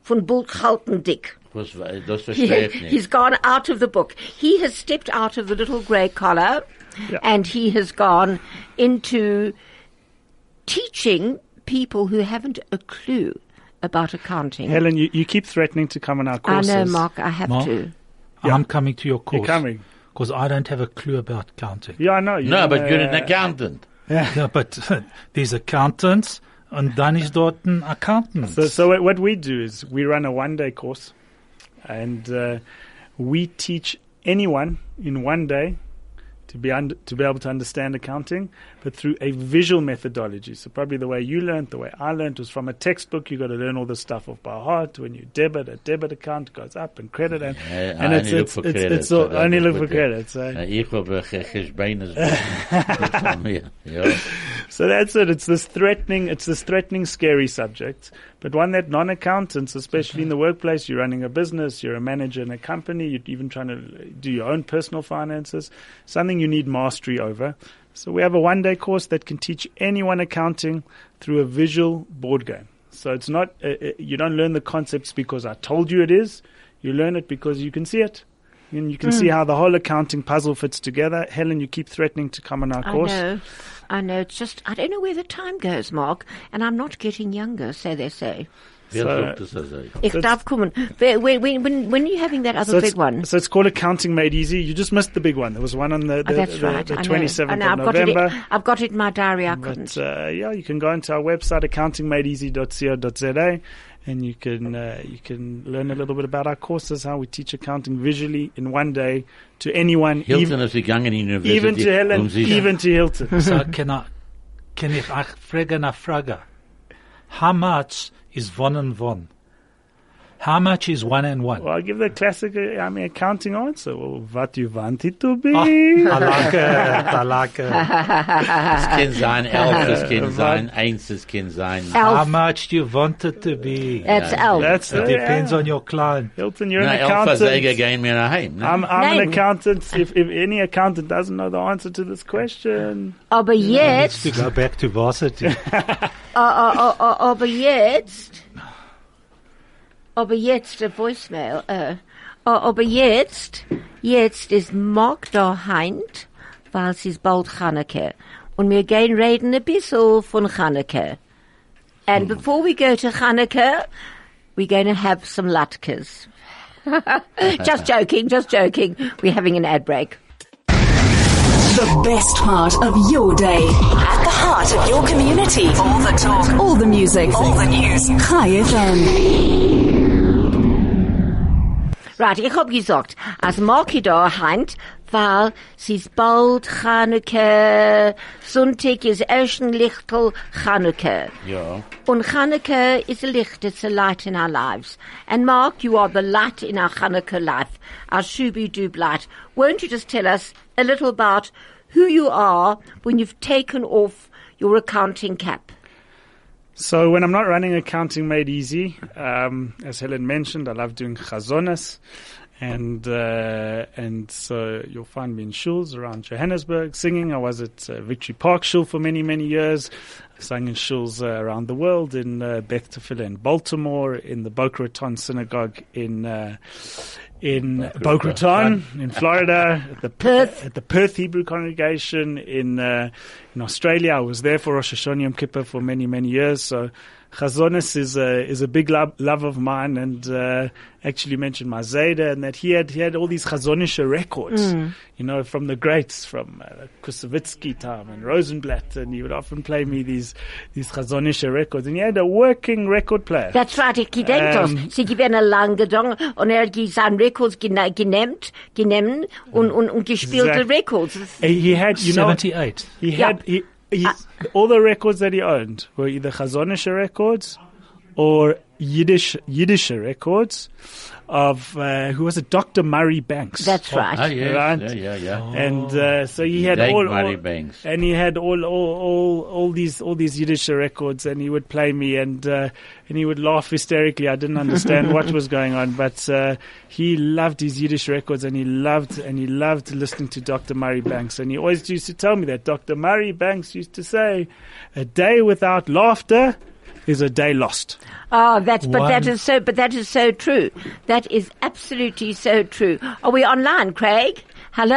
[SPEAKER 1] Von Buchhalten dick.
[SPEAKER 2] Was, war- das
[SPEAKER 1] He, *laughs*
[SPEAKER 2] verstehe ich
[SPEAKER 1] he's
[SPEAKER 2] nicht.
[SPEAKER 1] gone out of the book. He has stepped out of the little grey collar
[SPEAKER 4] Yeah.
[SPEAKER 1] and he has gone into teaching people who haven't a clue about accounting.
[SPEAKER 4] Helen, you, you keep threatening to come on our
[SPEAKER 1] I
[SPEAKER 4] courses.
[SPEAKER 1] know, Mark, I have
[SPEAKER 3] Mark?
[SPEAKER 1] to.
[SPEAKER 3] I'm coming to your course.
[SPEAKER 4] coming.
[SPEAKER 3] Because I don't have a clue about counting.
[SPEAKER 4] Yeah, I know. you
[SPEAKER 2] No,
[SPEAKER 4] don't
[SPEAKER 2] but
[SPEAKER 4] know,
[SPEAKER 2] you're an
[SPEAKER 4] uh,
[SPEAKER 2] accountant.
[SPEAKER 3] Yeah, but *laughs* there's accountants and then is dort an accountant.
[SPEAKER 4] So, so what- what we do is we run a one-day course, and uh, we teach anyone in one day to be und- to be able to understand accounting, but through a visual methodology. So probably the way you learned, the way I learned was from a textbook. You got to learn all this stuff off by heart. When you debit, a debit account goes up and credit, and
[SPEAKER 2] Yeah, I
[SPEAKER 4] and
[SPEAKER 2] only look for credit,
[SPEAKER 4] It's, it's
[SPEAKER 2] so
[SPEAKER 4] all,
[SPEAKER 2] that
[SPEAKER 4] only
[SPEAKER 2] is
[SPEAKER 4] look
[SPEAKER 2] good
[SPEAKER 4] for
[SPEAKER 2] there.
[SPEAKER 4] credit. So.
[SPEAKER 2] Äh, Ich habe
[SPEAKER 4] *laughs*
[SPEAKER 2] Geschbeines. Ja.
[SPEAKER 4] So that's it. It's this threatening, it's this threatening, scary subject, but one that non-accountants, especially in the workplace, you're running a business, you're a manager in a company, you're even trying to do your own personal finances, something you need mastery over. So we have a one-day course that can teach anyone accounting through a visual board game. So it's not, uh, uh, you don't learn the concepts because I told you it is. You learn it because you can see it. And you can see how the whole accounting puzzle fits together. Helen, you keep threatening to come on our
[SPEAKER 1] I
[SPEAKER 4] course.
[SPEAKER 1] know. I know. It's just, I don't know where the time goes, Mark, and I'm not getting younger, so they say.
[SPEAKER 2] Wer
[SPEAKER 4] So-
[SPEAKER 2] sagt das also?
[SPEAKER 1] Ich darf kommen. When, when, when, when are you having that other
[SPEAKER 4] So
[SPEAKER 1] big
[SPEAKER 4] it's-
[SPEAKER 1] one?
[SPEAKER 4] So it's called Accounting Made Easy. You just missed the big one. There was one on the,
[SPEAKER 1] Oh,
[SPEAKER 4] the,
[SPEAKER 1] that's
[SPEAKER 4] the,
[SPEAKER 1] right.
[SPEAKER 4] the
[SPEAKER 1] I know.
[SPEAKER 4] 27th
[SPEAKER 1] I know.
[SPEAKER 4] of
[SPEAKER 1] I've got it in-
[SPEAKER 4] November.
[SPEAKER 1] I've got it in my diary. I couldn't.
[SPEAKER 4] But uh, yeah, you can go into our website, accountingmadeeasy.co.za, and you can uh, you can learn a little bit about our courses, how we teach accounting visually in one day to anyone,
[SPEAKER 2] Hilton
[SPEAKER 4] even,
[SPEAKER 2] ist gegangen in die Universität.
[SPEAKER 4] even to
[SPEAKER 2] um
[SPEAKER 4] Helen,
[SPEAKER 2] sich-
[SPEAKER 4] even to Hilton. *laughs*
[SPEAKER 3] so can I, can ich ach fragen a fraga? How much is one and one? How much is one and one?
[SPEAKER 4] Well, I'll give the classic, uh, I mean, accounting answer. Well, what you want it to be.
[SPEAKER 3] Ah, *laughs* I like it. I like it.
[SPEAKER 2] Es kann
[SPEAKER 4] *laughs*
[SPEAKER 2] sein elf, es kann sein eins, es kann sein.
[SPEAKER 3] How
[SPEAKER 1] Elf.
[SPEAKER 3] much do you want it to be?
[SPEAKER 1] That's
[SPEAKER 2] Yeah.
[SPEAKER 1] elf.
[SPEAKER 4] That's
[SPEAKER 3] Oh, It
[SPEAKER 4] uh,
[SPEAKER 3] depends
[SPEAKER 4] yeah.
[SPEAKER 3] on your client.
[SPEAKER 4] Hilton, you're
[SPEAKER 2] Na,
[SPEAKER 4] an
[SPEAKER 2] elf Säger
[SPEAKER 4] accountant.
[SPEAKER 2] gehen wir nach Hause. ne? *laughs*
[SPEAKER 4] I'm, I'm
[SPEAKER 1] Name.
[SPEAKER 4] an accountant. If, if any accountant doesn't know the answer to this question,
[SPEAKER 1] aber jetzt,
[SPEAKER 3] To go back to varsity.
[SPEAKER 1] ah, ah, ah, ah, aber jetzt, aber jetzt der Voicemail. Äh, ah, aber jetzt, jetzt ist Mark da heint, weil es ist bald Chanukah. Und wir gehen reden ein bisschen von Chanukah. And before we go to Chanukah, we're going to have some latkes. just joking, just joking. We're having an ad break.
[SPEAKER 6] The best part of your day. At the heart of your community. All the talk. All the music. All the news. Hi FM.
[SPEAKER 1] Right, ich hab gesagt, als Marki da heint, weil es ist bald Chanukah, Sonntag ist ersten Lichtel Chanukah.
[SPEAKER 2] Ja.
[SPEAKER 1] Und Chanukah is a licht, it's a light in our lives. And Mark, you are the light in our Chanukah life, our Shubi-Doob light. Won't you just tell us a little about who you are when you've taken off your accounting cap?
[SPEAKER 4] So when I'm not running accounting made easy, um, as Helen mentioned, I love doing chazonas, and uh, and so you'll find me in shuls around Johannesburg singing. I was at uh, Victory Park Shul for many many years. sang in shuls uh, around the world in uh, Beth Tefillah in Baltimore, in the Boca Raton Synagogue in uh, in Boca Raton in Florida, at the
[SPEAKER 1] Perth.
[SPEAKER 4] at the Perth Hebrew congregation in uh, in Australia. I was there for Rosh Hashanah Yom Kippur for many many years. So. Chazonis is a is a big love, love of mine, and uh, actually mentioned my Zayda, and that he had he had all these Chazonisha records, you know, from the greats, from uh, Kusevitsky time and Rosenblatt, and he would often play me these these Chazonisha records, and he had a working record player.
[SPEAKER 1] That's right, ich gedenk das.
[SPEAKER 4] Ähm.
[SPEAKER 1] Sie gewähren lang gedungen und er hat seine Records gene genemmt, genommen und, und, und gespielte
[SPEAKER 4] Exact.
[SPEAKER 1] Records.
[SPEAKER 4] Uh, he had you know
[SPEAKER 3] 78.
[SPEAKER 4] he
[SPEAKER 1] Yeah. Uh,
[SPEAKER 4] had he, he, all the records that he owned were either Chazonisha records or Yiddish Yiddisher records of uh, who was it Dr Murray Banks.
[SPEAKER 1] That's right.
[SPEAKER 2] Ah, yes.
[SPEAKER 4] Right.
[SPEAKER 2] Yeah, yeah, yeah.
[SPEAKER 4] and uh, so he had
[SPEAKER 2] Dag
[SPEAKER 4] all,
[SPEAKER 2] Murray
[SPEAKER 4] all-
[SPEAKER 2] Banks.
[SPEAKER 4] and he had all, all all all these all these Yiddish records, and he would play me, and uh, and he would laugh hysterically. I didn't understand what was going on, but uh, he loved his Yiddish records, and he loved and he loved listening to Dr. Murray Banks, and he always used to tell me that Dr. Murray Banks used to say, "A day without laughter is a day lost."
[SPEAKER 1] Oh, that's but that
[SPEAKER 3] One-
[SPEAKER 1] is so but that is so true. That is absolutely so true. Are we online, Craig? Hello?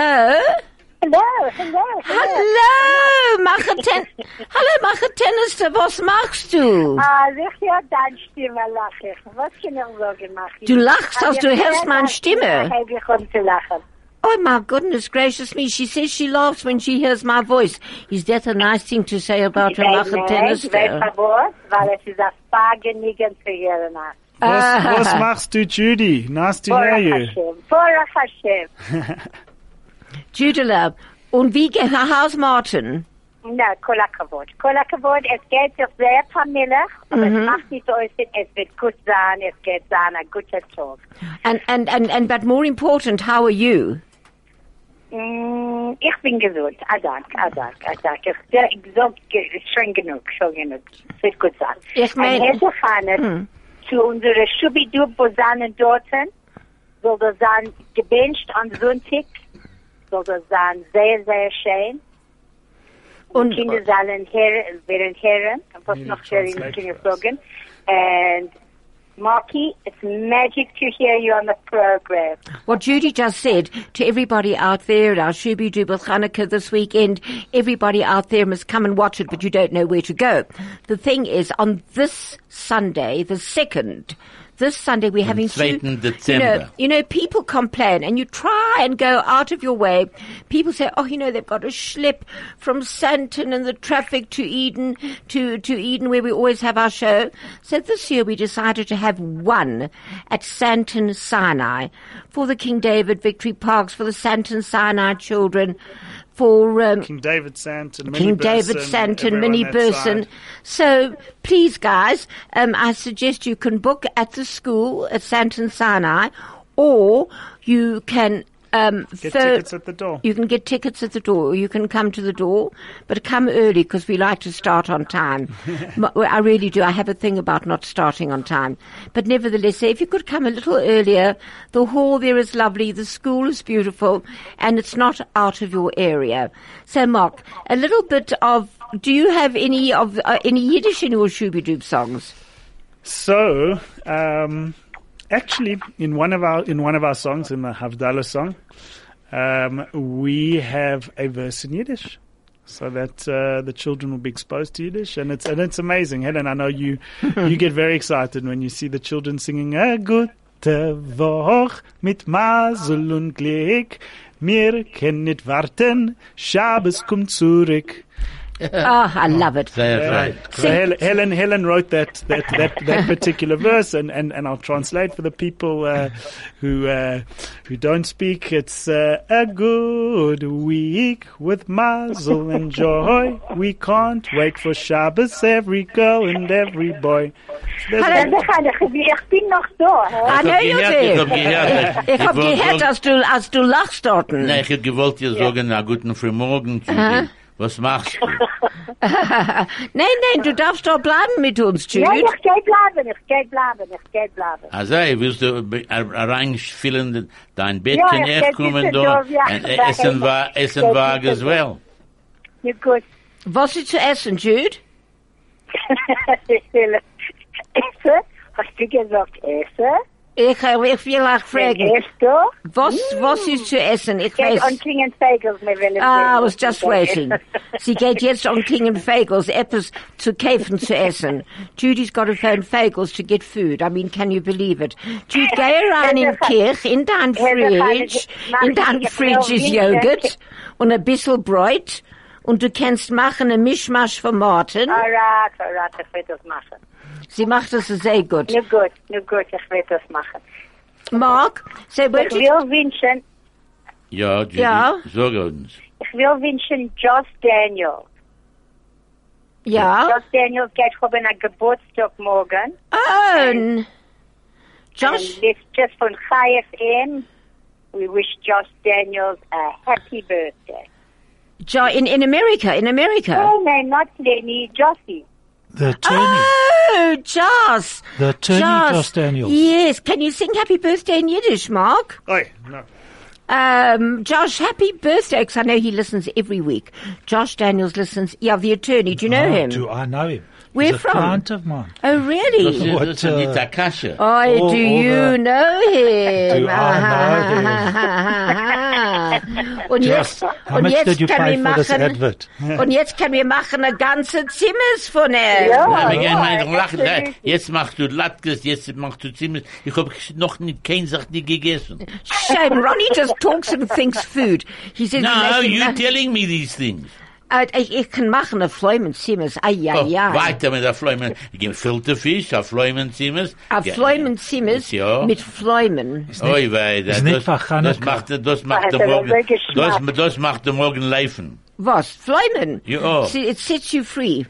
[SPEAKER 7] Hello, hello, hello.
[SPEAKER 1] Hallo, Machetennis. Hallo, Machetennis, was machst du?
[SPEAKER 7] Ah, ich höre deine Stimme, lache ich. Was kann ich sagen, mache ich? Ah,
[SPEAKER 1] Du lachst, als du hörst meine Stimme.
[SPEAKER 7] Ich höre um zu lachen.
[SPEAKER 1] Oh my goodness gracious me, she says she laughs when she hears my voice. Is that a nice thing to say about a Machetennis?
[SPEAKER 7] Ich weiß aber was, weil es ist ein paar Genügen zu hören. ah.
[SPEAKER 4] What's,
[SPEAKER 1] Ah.
[SPEAKER 4] what's machst du, Judy? Nice to hear you.
[SPEAKER 7] Hashem, Baruch Hashem.
[SPEAKER 1] Judela, und wie geht, how's Martin?
[SPEAKER 7] Na, כל הכבוד. כל הכבוד, es geht sich sehr vermillig, aber es
[SPEAKER 1] Mhm.
[SPEAKER 7] macht nicht so aus, es wird gut sein, es geht sein, ein guter Tag.
[SPEAKER 1] And, and, and, and, but more important, how are you?
[SPEAKER 7] Mm, Ich bin gesund. Ah, danke, ah, danke, ah, danke. Ich bin gesund, ge- schon genug, schon genug. Es wird gut sein.
[SPEAKER 1] Ich mein- Hm.
[SPEAKER 7] Ein Herr Johannes, zu unserer schubidu bosanen dorten soll das sein gewünscht am Sonntag, soll das sein sehr, sehr schön.
[SPEAKER 1] Und- Hm.
[SPEAKER 7] Und Kinder sollen hören, werden hören, was noch hören,
[SPEAKER 4] translate
[SPEAKER 7] kann ich
[SPEAKER 4] for us.
[SPEAKER 7] sagen. And Marky, it's magic to hear you on the program.
[SPEAKER 1] What Judy just said to everybody out there at our Shubi Doo with Hanukkah this weekend, everybody out there must come and watch it, but you don't know where to go. The thing is, on this Sunday, the second, this Sunday we're having two,
[SPEAKER 2] 2nd
[SPEAKER 1] You know,
[SPEAKER 2] December.
[SPEAKER 1] you know, people complain and you try and go out of your way. People say, oh, you know, they've got a schlep from Santon and the traffic to Eden, to, to Eden where we always have our show. So this year we decided to have one at Santon Sinai for the King David Victory Parks, for the Santon Sinai children, for, um,
[SPEAKER 4] King David Santon, Minnie
[SPEAKER 1] King David
[SPEAKER 4] Burson,
[SPEAKER 1] Santon,
[SPEAKER 4] everyone
[SPEAKER 1] Minnie
[SPEAKER 4] outside.
[SPEAKER 1] Burson. So please, guys, um, I suggest you can book at the school at Santon Sinai, or you can um,
[SPEAKER 4] Get
[SPEAKER 1] pho-
[SPEAKER 4] tickets at the door.
[SPEAKER 1] You can get tickets at the door. You can come to the door, but come early because we like to start on time. M- well, I really do. I have a thing about not starting on time, but nevertheless, if you could come a little earlier, the hall there is lovely, the school is beautiful, and it's not out of your area. So, Mark, a little bit of. Do you have any of uh, any Yiddish in your Shooby Doob songs?
[SPEAKER 4] So, um, actually, in one of our in one of our songs, in the Havdalah song, um, we have a verse in Yiddish, so that uh, the children will be exposed to Yiddish, and it's and it's amazing, Helen. I know you you get very excited when you see the children singing a good. Woch mit Masel und Glück, mir können nicht warten, Schabes kommt zurück.
[SPEAKER 1] Ah, I love it.
[SPEAKER 2] They are right.
[SPEAKER 4] So Hel- Helen Helen wrote that that, that, that particular verse, and, and, and I'll translate for the people uh, who uh, who don't speak. It's uh, a good week with mazel and joy. We can't wait for Shabbos, every girl and every boy. There's a-
[SPEAKER 7] Dann sage ich, ich bin noch da.
[SPEAKER 1] I
[SPEAKER 2] Ich
[SPEAKER 1] know
[SPEAKER 2] hab
[SPEAKER 1] you're
[SPEAKER 2] gehört, ich
[SPEAKER 1] there.
[SPEAKER 2] hab
[SPEAKER 1] *laughs*
[SPEAKER 2] gehört.
[SPEAKER 1] Ich hab
[SPEAKER 2] wollt
[SPEAKER 1] gehört,
[SPEAKER 2] sagen-
[SPEAKER 1] als du, als du lachst dort.
[SPEAKER 2] Nein, ich hätte gewollt dir sagen, na guten Frühmorgen, Judy. Was machst du?
[SPEAKER 1] Nein, nein, du darfst doch bleiben mit uns, Jude.
[SPEAKER 7] Ja, ich gehe bleiben, ich gehe bleiben, ich gehe bleiben.
[SPEAKER 2] Also, willst du eh, be- er- hereinfüllen dein Bett,
[SPEAKER 7] Ja,
[SPEAKER 2] kann
[SPEAKER 7] ich
[SPEAKER 2] ich
[SPEAKER 7] werd
[SPEAKER 2] kommen
[SPEAKER 7] wissen,
[SPEAKER 2] da,
[SPEAKER 7] Dorf, ja,
[SPEAKER 2] und
[SPEAKER 7] ich werd
[SPEAKER 2] essen
[SPEAKER 7] wissen.
[SPEAKER 2] war,
[SPEAKER 7] Ich
[SPEAKER 2] essen
[SPEAKER 7] werd
[SPEAKER 2] war
[SPEAKER 7] wissen.
[SPEAKER 2] as well.
[SPEAKER 7] *laughs* You're good.
[SPEAKER 1] Was ist zu essen, Jude?
[SPEAKER 7] Esse? Hast du gesagt Esse?
[SPEAKER 1] Ich, äh, ich will auch fragen,
[SPEAKER 7] Esse du?
[SPEAKER 1] was,
[SPEAKER 7] Mm.
[SPEAKER 1] was ist zu essen? Ich
[SPEAKER 7] Geht
[SPEAKER 1] weiß.
[SPEAKER 7] an Klingen Fagels, mir will
[SPEAKER 1] Ah, I was just
[SPEAKER 7] *laughs*
[SPEAKER 1] waiting. Sie geht jetzt on King and Fagels, etwas zu kaufen zu essen. Judy's got to phone Fagels to get food. I mean, can you believe it? Jude, go around in Kirch, in dein Fridge, in dein Fridge is Joghurt und a bissel Bräut und du kannst machen a Mischmasch von Martin.
[SPEAKER 7] Alright, alright, ich werde das machen.
[SPEAKER 1] Sie macht das sehr gut.
[SPEAKER 7] Nur gut, nur gut, ich werde das machen.
[SPEAKER 1] Mark, so where
[SPEAKER 7] Ich
[SPEAKER 1] did,
[SPEAKER 7] will wünschen,
[SPEAKER 2] Ja, Judy,
[SPEAKER 1] Ja.
[SPEAKER 2] sag uns.
[SPEAKER 7] ich will wünschen Joss Daniel.
[SPEAKER 1] ja?
[SPEAKER 7] Joss Daniel geht haben einen Geburtstag morgen.
[SPEAKER 1] Oh, n- Josh,
[SPEAKER 7] And this just from Chai FM. We wish Josh Daniels a happy birthday.
[SPEAKER 1] Jo, in, in America, in America.
[SPEAKER 7] Oh, no, not Lenny, Jossie.
[SPEAKER 3] The attorney.
[SPEAKER 1] Oh, Joss.
[SPEAKER 3] The attorney, Joss Daniels.
[SPEAKER 1] Yes. Can you sing happy birthday in Yiddish, Mark?
[SPEAKER 4] Oi, no.
[SPEAKER 1] Um, Josh, happy birthday, 'cause I know he listens every week. Josh Daniels listens. Yeah, the attorney. Do you know
[SPEAKER 3] Oh,
[SPEAKER 1] him?
[SPEAKER 3] Do I know him?
[SPEAKER 1] Where
[SPEAKER 3] He's a
[SPEAKER 1] from?
[SPEAKER 3] client of mine.
[SPEAKER 1] *laughs* oh,
[SPEAKER 2] Das
[SPEAKER 1] really?
[SPEAKER 2] ist,
[SPEAKER 3] What,
[SPEAKER 2] das ist die
[SPEAKER 3] uh,
[SPEAKER 2] Takasche.
[SPEAKER 1] Oh,
[SPEAKER 3] all-
[SPEAKER 1] do
[SPEAKER 3] all
[SPEAKER 1] you
[SPEAKER 3] the-
[SPEAKER 1] know him?
[SPEAKER 3] Do
[SPEAKER 1] I *laughs* und jetzt,
[SPEAKER 3] Just, how
[SPEAKER 1] und
[SPEAKER 3] much
[SPEAKER 1] jetzt
[SPEAKER 3] did you
[SPEAKER 1] kann
[SPEAKER 3] pay
[SPEAKER 1] wir
[SPEAKER 3] for this
[SPEAKER 1] machen,
[SPEAKER 3] advert?
[SPEAKER 1] *laughs* und jetzt kann wir machen eine ganze Zimmers von ihm.
[SPEAKER 2] Ja, wir
[SPEAKER 7] ja,
[SPEAKER 2] gehen mal nach Lachen.
[SPEAKER 7] absolut.
[SPEAKER 2] Jetzt machst du Latkes, jetzt machst du Zimt. Ich hab noch nicht, kein Sache nicht gegessen.
[SPEAKER 1] Shame. Ronnie just talks and thinks food. He says,
[SPEAKER 2] No,
[SPEAKER 1] he makes-
[SPEAKER 2] you telling me these things.
[SPEAKER 1] Äh, ich, ich kann machen eine Fleumenzimmers. Ei, ei,
[SPEAKER 2] Oh,
[SPEAKER 1] ei.
[SPEAKER 2] Weiter mit der Fleumen. Gefüllte Fisch, auf Fleumenzimmers.
[SPEAKER 1] Ein Fleumenzimmers
[SPEAKER 2] Ja.
[SPEAKER 1] mit Fleumen.
[SPEAKER 2] Oi, wei, das,
[SPEAKER 3] nicht
[SPEAKER 2] das,
[SPEAKER 3] für
[SPEAKER 2] das
[SPEAKER 3] Chanukka.
[SPEAKER 2] macht, das macht
[SPEAKER 7] Also,
[SPEAKER 2] der
[SPEAKER 7] das
[SPEAKER 2] Morgen,
[SPEAKER 7] ist wirklich
[SPEAKER 2] das,
[SPEAKER 7] schmack.
[SPEAKER 2] das macht der Morgen Leifen.
[SPEAKER 1] Was? Fleumen?
[SPEAKER 2] Ja.
[SPEAKER 1] See, It sets you free.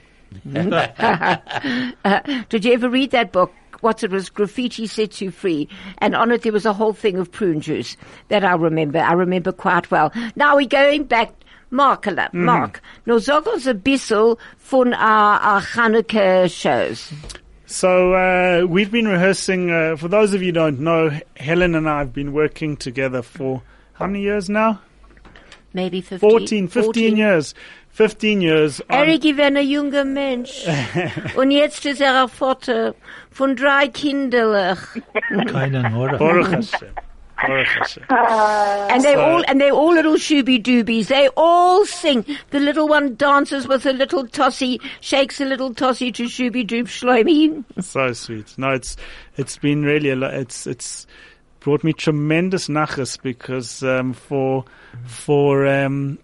[SPEAKER 1] Uh, did you ever read that book? What's it was? Graffiti sets you free. And on it there was a whole thing of prune juice that I remember. I remember quite well. Now we're going back. Mark, Mark, Mark. Now, sag uns ein bisschen von our, our Hanukkah shows.
[SPEAKER 4] So uh, we've been rehearsing. Uh, for those of you who don't know, Helen and I have been working together for how many years now?
[SPEAKER 1] Maybe 15.
[SPEAKER 4] 14, 15 years. 15 years. on-
[SPEAKER 1] Er gewesen ein junger Mensch. Und jetzt ist er ein Vater von drei Kindern.
[SPEAKER 3] Keinen Horror.
[SPEAKER 4] Baruch Hashem. Baruch Hashem.
[SPEAKER 1] And they all, and they all little shooby doobies. They all sing. The little one dances with a little tossie, shakes a little tossie to shooby doob shloimi.
[SPEAKER 4] So sweet. No, it's it's been really a lot. It's it's brought me tremendous nachas because um, for for um,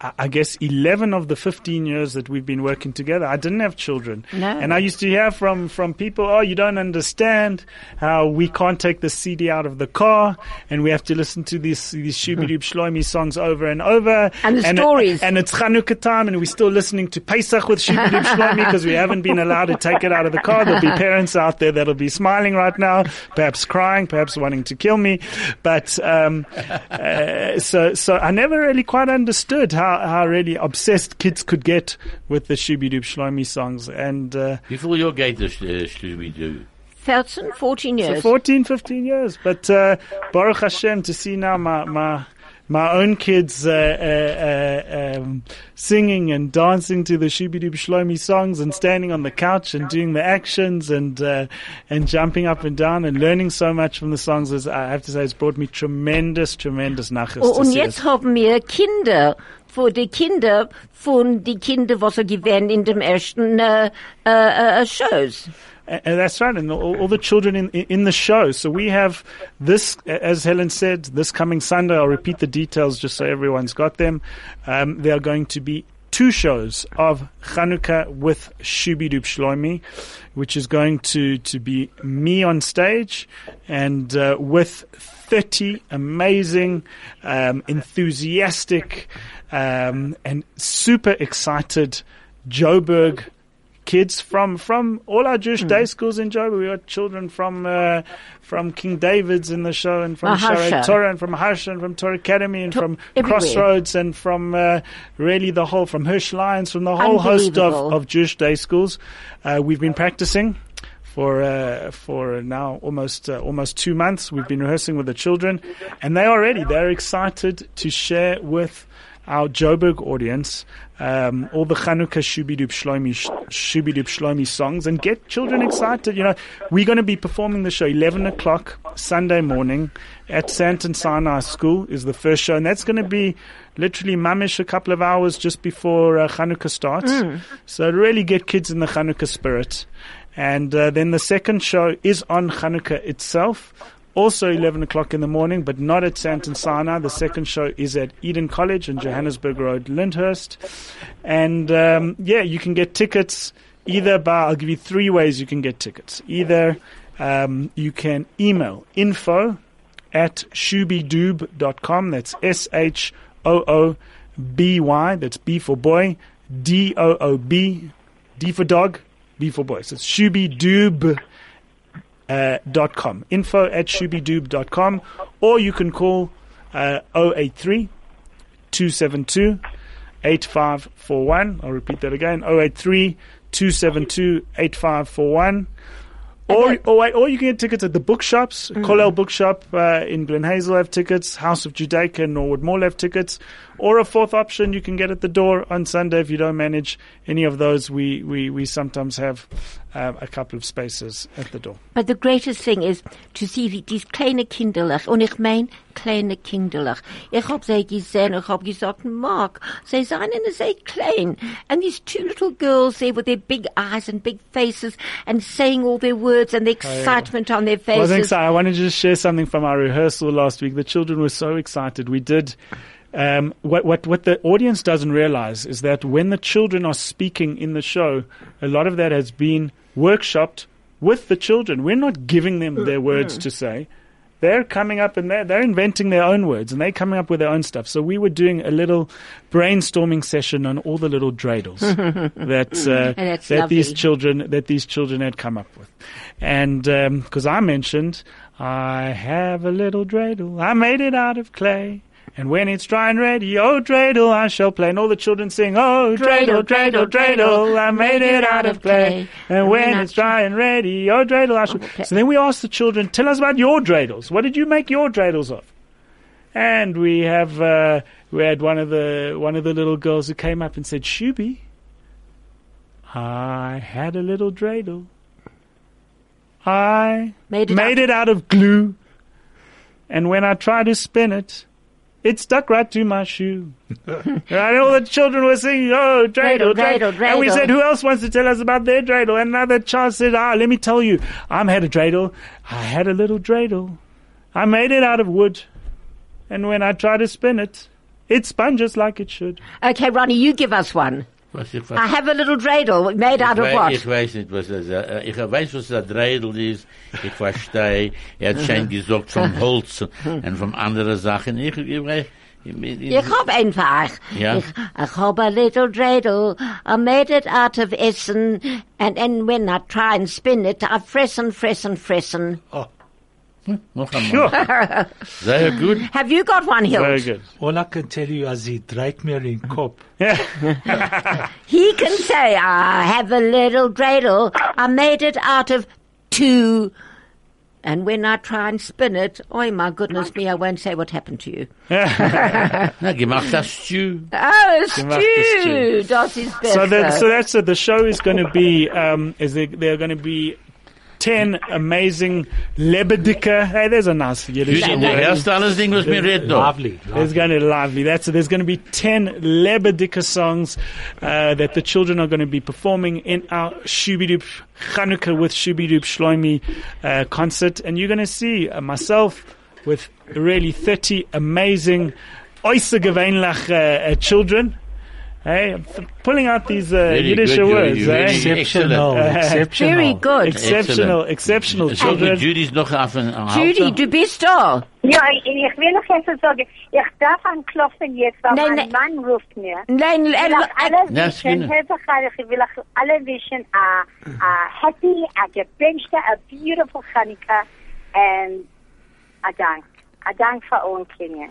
[SPEAKER 4] I I guess eleven of the fifteen years that we've been working together, I didn't have children,
[SPEAKER 1] No.
[SPEAKER 4] and I used to hear from from people, "Oh, you don't understand how we can't take the CD out of the car, and we have to listen to these these Shooby Doob Shloimi songs over and over,
[SPEAKER 1] And the stories.
[SPEAKER 4] and it's Chanukah time, and we're still listening to Pesach with Shooby Doob Shloimi because we haven't been allowed to take it out of the car. There'll be parents out there that'll be smiling right now, perhaps crying, perhaps wanting to kill me. But um, uh, so, so I never really quite understood how, how really obsessed kids could get with the Shooby Doob Shloimi songs. And uh,
[SPEAKER 2] *laughs* Wie viel Jahr geht das, äh, Schlübi,
[SPEAKER 1] 13, 14
[SPEAKER 4] so
[SPEAKER 1] years.
[SPEAKER 4] 14, 15 years. But uh, Baruch Hashem, to see now my my my own kids uh, uh, uh, um, singing and dancing to the Shooby Doob Shlomi songs and standing on the couch and doing the actions and uh, and jumping up and down and learning so much from the songs is I have to say it's brought me tremendous tremendous nachas.
[SPEAKER 1] Oh,
[SPEAKER 4] to
[SPEAKER 1] und
[SPEAKER 4] see
[SPEAKER 1] jetzt
[SPEAKER 4] it.
[SPEAKER 1] haben wir Kinder für die Kinder von die Kinder, was er gewähnt in dem ersten äh, äh, äh, Shows.
[SPEAKER 4] A- and that's right, and all, all the children in in the show. So we have this, as Helen said, this coming Sunday. I'll repeat the details just so everyone's got them. Um, there are going to be two shows of Chanukah with Shubi Dub Shloimi, which is going to to be me on stage, and uh, with thirty amazing, um, enthusiastic, um, and super excited Joburg kids from from all our
[SPEAKER 1] Hmm.
[SPEAKER 4] Jewish day schools in Joburg. We got children from uh, from King David's in the show, and from
[SPEAKER 1] Maharsha.
[SPEAKER 4] Sharet Torah, and from Harsha, and from Torah Academy, and from
[SPEAKER 1] everywhere.
[SPEAKER 4] Crossroads, and from uh, really the whole from Hirsch Lions, from the whole host of,
[SPEAKER 1] Unbelievable.
[SPEAKER 4] of Jewish day schools. Uh, we've been practicing. For uh, for now almost uh, almost two months, we've been rehearsing with the children, and they are ready. They're excited to share with our Joburg audience um, all the Chanukah Shubidoop Shlomi, Shubidoop Shlomi songs and get children excited. You know, we're going to be performing the show 11 o'clock Sunday morning at Santon Sinai School is the first show. And that's going to be literally mamish a couple of hours just before uh, Chanukah starts. So really get kids in the Chanukah spirit. And uh, then the second show is on Hanukkah itself, also 11 o'clock in the morning, but not at Santon Sinai. The second show is at Eden College on Johannesburg Road, Lyndhurst. And um, yeah, you can get tickets either by, I'll give you three ways you can get tickets. Either um, you can email info at shubidoob.com. That's S H O O B Y. That's B for boy. D O O B. D for dog. B for boy. So it's shubidoob. Uh, dot com. Info at shubidoob.com. Or you can call uh, 083 272 8541. I'll repeat that again 083 272 8541. Or, or, or you can get tickets at the bookshops. Colel Bookshop uh, in Glen Hazel have tickets. House of Judaica and Norwood Mall have tickets. Or a fourth option you can get at the door on Sunday if you don't manage any of those. We, we, we sometimes have uh, a couple of spaces at the door.
[SPEAKER 1] But the greatest thing is to see die- die kleine kinderlich. Und ich mein kleine kinderlich. Ich hab sie gesehen, ich hab gesagt, Mark, sie seien sehr klein. And these two little girls there with their big eyes and big faces and saying all their words and the excitement on their
[SPEAKER 4] Well,
[SPEAKER 1] faces.
[SPEAKER 4] thanks. uh, I want to just share something from our rehearsal last week. The children were so excited. We did. Um, what, what, what the audience doesn't realize is that when the children are speaking in the show, a lot of that has been workshopped with the children. We're not giving them their words to say. They're coming up and they're, they're inventing their own words and they're coming up with their own stuff. So we were doing a little brainstorming session on all the
[SPEAKER 1] *laughs*
[SPEAKER 4] little dreidels that, uh,
[SPEAKER 1] that's
[SPEAKER 4] that these
[SPEAKER 1] lovely.
[SPEAKER 4] children that these children had come up with, and because I mentioned I have a little dreidel, I made it out of clay. And when it's dry and ready, oh dreidel, I shall play. And all the children sing, oh dreidel, dreidel, dreidel, I made it out of clay. And when it's dry and ready, oh dreidel, I shall.
[SPEAKER 1] Okay.
[SPEAKER 4] So then we asked the children, tell us about your dreidels. What did you make your dreidels of? And we have uh, we had one of the one of the little girls who came up and said, "Shubi, I had a little dreidel. I
[SPEAKER 1] made it
[SPEAKER 4] made
[SPEAKER 1] up.
[SPEAKER 4] it out of glue, and when I tried to spin it, it stuck right to
[SPEAKER 1] *laughs*
[SPEAKER 4] my shoe." right, all the children were singing, "Oh, dreidel,
[SPEAKER 1] Dreidel,
[SPEAKER 4] dreidel,
[SPEAKER 1] dreidel,
[SPEAKER 4] And we
[SPEAKER 1] dreidel.
[SPEAKER 4] said, "Who else wants to tell us about their dreidel?" And another child said, "Ah, let me tell you, I had a dreidel. I had a little dreidel. I made it out of wood, and when I tried to spin it, it spun just like it should."
[SPEAKER 1] Okay, Ronnie, you give us one.
[SPEAKER 2] Was ich, was
[SPEAKER 1] I have a little dreidel made out of
[SPEAKER 2] Ich wei-
[SPEAKER 1] what?
[SPEAKER 2] Ich weiß nicht, was das äh, Ich weiß, was der Dreidel ist. Ich verstehe. Er hat
[SPEAKER 1] *laughs*
[SPEAKER 2] schon gesagt vom Holz und von anderen Sachen. Ich, ich weiß. Ich, ich,
[SPEAKER 1] Ich hab einfach.
[SPEAKER 2] Ja.
[SPEAKER 1] Ich, ich hab a little dreidel. I made it out of Essen. And, and when I try and spin it, I fressen, fressen, fressen.
[SPEAKER 2] noch einmal. Sehr gut.
[SPEAKER 1] Have you got one, Hill?
[SPEAKER 4] Very good.
[SPEAKER 3] All I can tell you is he dragged me in cop.
[SPEAKER 1] He can say, I have a little dreidel. I made it out of two. And when I try and spin it, oh my goodness me, I won't say what happened to you.
[SPEAKER 2] Na, gemacht das Stew.
[SPEAKER 1] Oh,
[SPEAKER 4] macht es
[SPEAKER 1] Stu, das is better.
[SPEAKER 4] So, that, so that's it. The show is going to be um, is there, there are going to be ten amazing lebedika. Hey, there's a nice Yiddish
[SPEAKER 2] Du
[SPEAKER 4] word.
[SPEAKER 2] hörst alles Ding, was mir redet noch.
[SPEAKER 3] Lovely. lovely.
[SPEAKER 4] There's going to be lively. That's there's going to be ten lebedika songs uh, that the children are going to be performing in our Shubidoop Chanukah with Shubidoop Shloimi uh, concert, and you're going to see uh, myself with really thirty amazing Oisegeweinlach uh, uh, children. Hey, I'm th- pulling out these uh,
[SPEAKER 2] Very
[SPEAKER 4] Yiddish
[SPEAKER 2] good,
[SPEAKER 4] words.
[SPEAKER 2] very, very
[SPEAKER 4] eh?
[SPEAKER 1] Very good.
[SPEAKER 2] good.
[SPEAKER 3] Exceptional. Exceptional.
[SPEAKER 4] Exceptional, exceptional
[SPEAKER 2] So
[SPEAKER 4] children.
[SPEAKER 2] gut, Judy ist noch auf den
[SPEAKER 1] Judy, du bist da.
[SPEAKER 7] Ja, ich, ich will noch jetzt sagen, ich darf anklopfen jetzt, weil
[SPEAKER 1] Nein,
[SPEAKER 7] mein Mann ruft mir.
[SPEAKER 1] Nein,
[SPEAKER 7] Ich will
[SPEAKER 1] äh,
[SPEAKER 7] auch alle
[SPEAKER 2] Na,
[SPEAKER 7] wissen,
[SPEAKER 2] Spinne.
[SPEAKER 7] Herr Verkhalich, ich will auch alle wissen, a, a happy, a gewünschte, a beautiful Hanukkah and a dank. A dank für allen Kindern.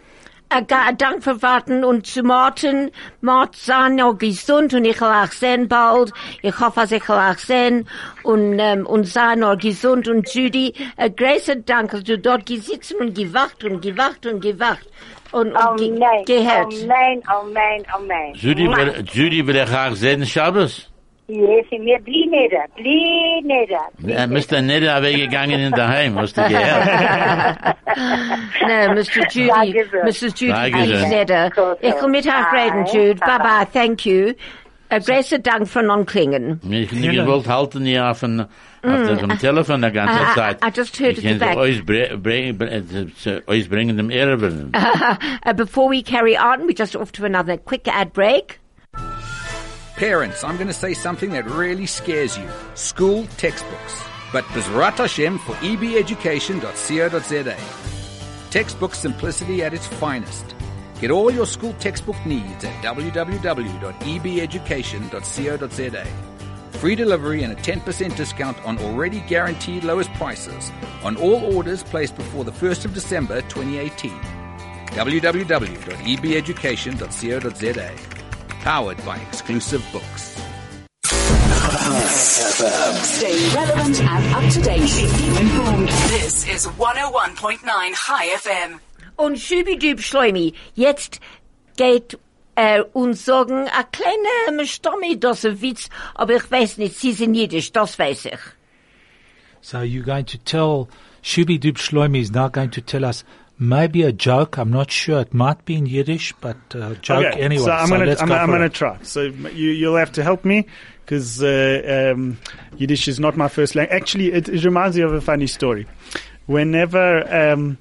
[SPEAKER 1] Äh, ga- dank für Warten und zu Martin. Mart sein noch gesund und ich will auch sehen bald. Ich hoffe, dass ich will auch sehen und, ähm, und sein noch gesund und Judy. Äh, großen Dank, dass du dort gesitzen und gewacht und gewacht und gewacht und, und
[SPEAKER 7] Oh,
[SPEAKER 1] ge
[SPEAKER 7] Amen.
[SPEAKER 1] gehört.
[SPEAKER 7] Amen, amen, amen.
[SPEAKER 2] Judy,
[SPEAKER 7] Mwah.
[SPEAKER 2] will- Judy will ich auch sehen Shabbos.
[SPEAKER 7] Yes, mir bli neder, bli neder.
[SPEAKER 2] Er müsste nicht weggegangen in daheim, hast
[SPEAKER 1] *laughs*
[SPEAKER 2] du gehört?
[SPEAKER 1] No, Mr. Judy,
[SPEAKER 7] Dankeschön.
[SPEAKER 1] Mr. Judy,
[SPEAKER 2] Dankeschön.
[SPEAKER 1] please let her. Ich will mit haar reden, Jude. Bye bye, thank you. Äh, großen Dank für Non-Klingen.
[SPEAKER 2] Ich nicht gewollt halten eh, hier auf dem, auf
[SPEAKER 1] Mm.
[SPEAKER 2] dem Telefon die ganze
[SPEAKER 1] I- I-
[SPEAKER 2] Zeit.
[SPEAKER 1] I Ah, just heard
[SPEAKER 2] ich
[SPEAKER 1] it
[SPEAKER 2] kann
[SPEAKER 1] back.
[SPEAKER 2] euch bre- bre- eh, bre- zu- zu euch bringen dem Erben.
[SPEAKER 1] Uh, before we carry on, we're just off to another quick ad break.
[SPEAKER 8] Parents, I'm going to say something that really scares you. School textbooks. But Bezrat Hashem for e ebeducation.co.za. Textbook simplicity at its finest. Get all your school textbook needs at e www.ebeducation.co.za. Free delivery and a 10% discount on already guaranteed lowest prices on all orders placed before the 1st of December 2018. E www.ebeducation.co.za. Powered by exclusive books.
[SPEAKER 6] Stay relevant and up to date. Keep informed. This is 101.9 High FM.
[SPEAKER 1] Und Schubidub Schleumi, jetzt geht er uns sagen, a kleine Stomme, das ein Witz, aber ich weiß nicht, sie sind jiddisch, das weiß ich.
[SPEAKER 3] So you're going to tell Shubi Dub Shloimi is now going to tell us maybe a joke. I'm not sure. It might be in Yiddish, but a joke
[SPEAKER 4] Okay,
[SPEAKER 3] anyway.
[SPEAKER 4] So I'm gonna
[SPEAKER 3] let's
[SPEAKER 4] I'm,
[SPEAKER 3] go
[SPEAKER 4] I'm
[SPEAKER 3] for
[SPEAKER 4] gonna
[SPEAKER 3] it.
[SPEAKER 4] try. So you you'll have to help me because uh, um, Yiddish is not my first language. Actually, it, it reminds me of a funny story. Whenever um,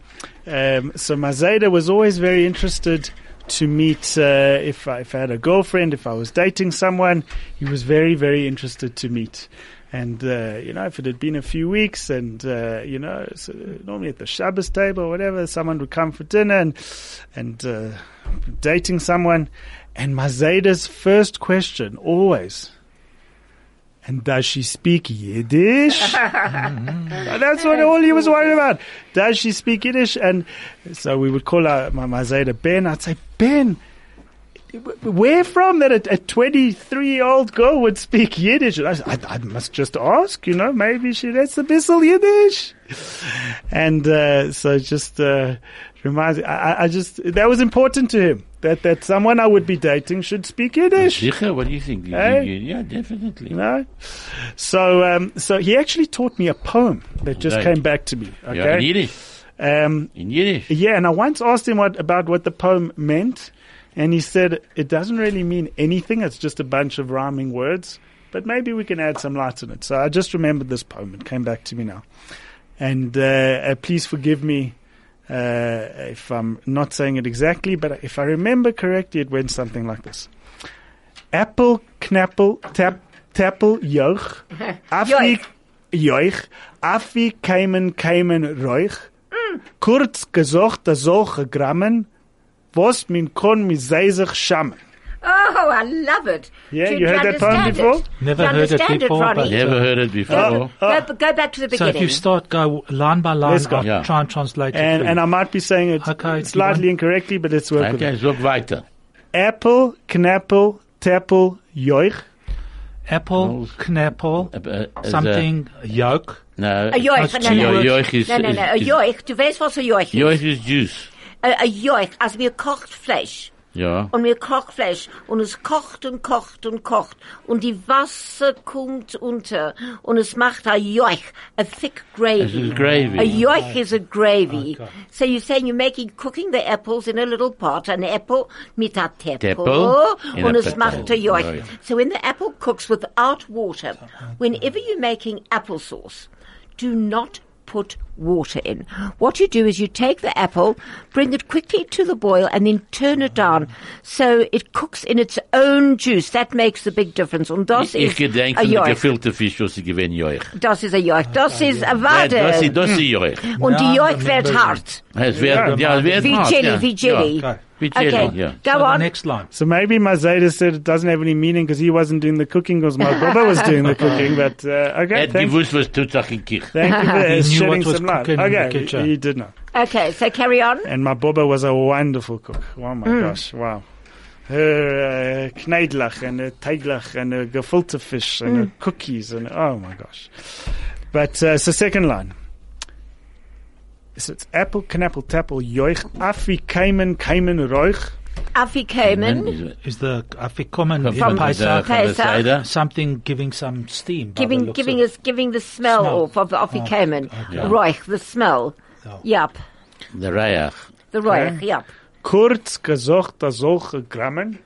[SPEAKER 4] um, so my Zayda was always very interested to meet uh, if I, if I had a girlfriend, if I was dating someone, he was very very interested to meet. And uh, you know, if it had been a few weeks, and uh, you know, so normally at the Shabbos table, or whatever, someone would come for dinner, and and uh, dating someone, and my Zayda's first question always, and does she speak Yiddish? And that's what all he was worried about. Does she speak Yiddish? And so we would call her, my, my Zayda Ben. I'd say, Ben, where from that a 23 year old girl would speak Yiddish? And I, said, I, I must just ask, you know, maybe she that's a bissel Yiddish. And uh, so it just uh, reminds me, I, I- I just, that was important to him. That, that someone I would be dating should speak Yiddish.
[SPEAKER 2] Sicher, what do you think?
[SPEAKER 4] Hey.
[SPEAKER 2] Yeah, definitely.
[SPEAKER 4] No. So, um, so he actually taught me a poem that just
[SPEAKER 2] Right.
[SPEAKER 4] came back to me.
[SPEAKER 2] Ja, in
[SPEAKER 4] Okay.
[SPEAKER 2] Yiddish.
[SPEAKER 4] Um,
[SPEAKER 2] In Yiddish.
[SPEAKER 4] yeah, and I once asked him what about what the poem meant, and he said it doesn't really mean anything. It's just a bunch of rhyming words, but maybe we can add some light in it. So I just remembered this poem. It came back to me now, and uh, uh, please forgive me. Uh, if I'm not saying it exactly, but if I remember correctly, it went something like this: Apple, knappel, tap, tappel, joch, afwi, joich, afwi, keimen, keimen, roich. Kurz gesagt, der solche Grammen, was min kon mi sei sich schammen.
[SPEAKER 1] Oh, I love it.
[SPEAKER 4] Yeah,
[SPEAKER 1] Jude,
[SPEAKER 4] you heard that poem
[SPEAKER 1] understand
[SPEAKER 4] before?
[SPEAKER 1] it?
[SPEAKER 3] Never
[SPEAKER 1] Do you
[SPEAKER 3] heard it
[SPEAKER 1] understand
[SPEAKER 3] before,
[SPEAKER 1] Ronnie?
[SPEAKER 3] but-
[SPEAKER 2] Never heard it before.
[SPEAKER 4] Ah.
[SPEAKER 1] go, go back to the
[SPEAKER 3] So
[SPEAKER 1] beginning.
[SPEAKER 3] if you start go line by line,
[SPEAKER 4] Let's go.
[SPEAKER 3] I'll
[SPEAKER 2] Yeah.
[SPEAKER 3] try and translate
[SPEAKER 4] And,
[SPEAKER 3] it.
[SPEAKER 4] and I might be saying it
[SPEAKER 3] Okay,
[SPEAKER 4] slightly
[SPEAKER 3] do you
[SPEAKER 4] incorrectly, but let's work with
[SPEAKER 2] Okay,
[SPEAKER 4] it.
[SPEAKER 2] sag weiter.
[SPEAKER 4] Apple, knappel, tappel, joich.
[SPEAKER 3] Apple,
[SPEAKER 2] Äh,
[SPEAKER 4] uh,
[SPEAKER 3] knapple,
[SPEAKER 2] äh, also-
[SPEAKER 3] something, yolk.
[SPEAKER 2] No.
[SPEAKER 1] a yoich,
[SPEAKER 3] That's
[SPEAKER 1] no, no, no.
[SPEAKER 2] two yoich is-
[SPEAKER 1] no, no, no. A
[SPEAKER 2] is-
[SPEAKER 1] yoich, du weißt, was a yoich ist?
[SPEAKER 2] Yoich is juice.
[SPEAKER 1] A, a yoich, als wir kocht Fleisch.
[SPEAKER 2] Ja.
[SPEAKER 1] und wir kocht Fleisch und es kocht und kocht und kocht und die Wasser kommt unter und es macht a yoich, a thick
[SPEAKER 2] Es
[SPEAKER 1] gravy.
[SPEAKER 2] ist Gravy.
[SPEAKER 1] A yoich is a gravy.
[SPEAKER 3] Okay.
[SPEAKER 1] So you're saying you're making cooking the apples in a little pot, an apple mit a teppo,
[SPEAKER 2] Teppo in
[SPEAKER 1] und
[SPEAKER 2] a Oh,
[SPEAKER 1] es
[SPEAKER 2] potato.
[SPEAKER 1] macht a yoich.
[SPEAKER 2] Right.
[SPEAKER 1] So when the apple cooks without water, whenever you're making applesauce, do not put water in. What you do is you take the apple, bring it quickly to the boil, and then turn it down so it cooks in its own juice. That makes the big difference. Und das
[SPEAKER 2] Ich
[SPEAKER 1] is
[SPEAKER 2] gedenk
[SPEAKER 1] a Ah,
[SPEAKER 2] an den
[SPEAKER 1] yoich.
[SPEAKER 2] gefüllten Fisch, was sie gewinnen Joich.
[SPEAKER 1] Das is a yoich. Das is a
[SPEAKER 2] Ja, Das
[SPEAKER 1] vade.
[SPEAKER 2] ist, das ist Joich.
[SPEAKER 1] Und die
[SPEAKER 3] Ja,
[SPEAKER 1] yoich wird
[SPEAKER 3] remember.
[SPEAKER 1] hart.
[SPEAKER 2] Es wird, ja, es wird
[SPEAKER 1] Wie
[SPEAKER 2] hart,
[SPEAKER 1] Jelly,
[SPEAKER 2] ja.
[SPEAKER 1] wie Jelly.
[SPEAKER 2] Ja,
[SPEAKER 3] Okay.
[SPEAKER 2] Wie
[SPEAKER 1] Okay,
[SPEAKER 2] Jelly, ja.
[SPEAKER 1] go
[SPEAKER 3] So the
[SPEAKER 1] on.
[SPEAKER 3] next line.
[SPEAKER 4] So maybe my Zayda said it doesn't have any meaning because he wasn't doing the cooking because my brother was doing
[SPEAKER 3] *laughs*
[SPEAKER 4] the cooking. But uh,
[SPEAKER 2] Er
[SPEAKER 4] okay,
[SPEAKER 2] hat
[SPEAKER 4] thank,
[SPEAKER 2] gewusst, was tut sich in Kirch.
[SPEAKER 4] thank you for
[SPEAKER 3] *laughs* He knew
[SPEAKER 4] shedding
[SPEAKER 3] what was
[SPEAKER 4] some light.
[SPEAKER 3] cooking in the
[SPEAKER 4] Okay,
[SPEAKER 3] kitchen.
[SPEAKER 4] he did not.
[SPEAKER 1] Okay, so carry on.
[SPEAKER 4] And my Boba was a wonderful cook. Oh my
[SPEAKER 3] Mm.
[SPEAKER 4] gosh, wow. Her uh, knedlach and her teiglach and her gefilte fish and
[SPEAKER 3] Mm.
[SPEAKER 4] her cookies and oh my gosh. But uh, so second line. So it's apple, knappel, tappel, joich, affi, kaimen, kaimen, roich.
[SPEAKER 1] Afi Komen,
[SPEAKER 3] Is the afikoman in
[SPEAKER 1] From-
[SPEAKER 4] uh,
[SPEAKER 3] Pesach
[SPEAKER 1] Pesach.
[SPEAKER 3] something giving some steam? by the
[SPEAKER 1] giving
[SPEAKER 3] looks
[SPEAKER 1] giving
[SPEAKER 3] of-
[SPEAKER 1] us giving the smell,
[SPEAKER 3] Smell.
[SPEAKER 1] off of Afi
[SPEAKER 3] Oh,
[SPEAKER 1] Komen.
[SPEAKER 3] okay.
[SPEAKER 1] Roich, the smell.
[SPEAKER 3] Oh.
[SPEAKER 1] Yup.
[SPEAKER 2] The Rayach.
[SPEAKER 1] The Roich, yup.
[SPEAKER 4] Kurz gesagt, das solche Grammen.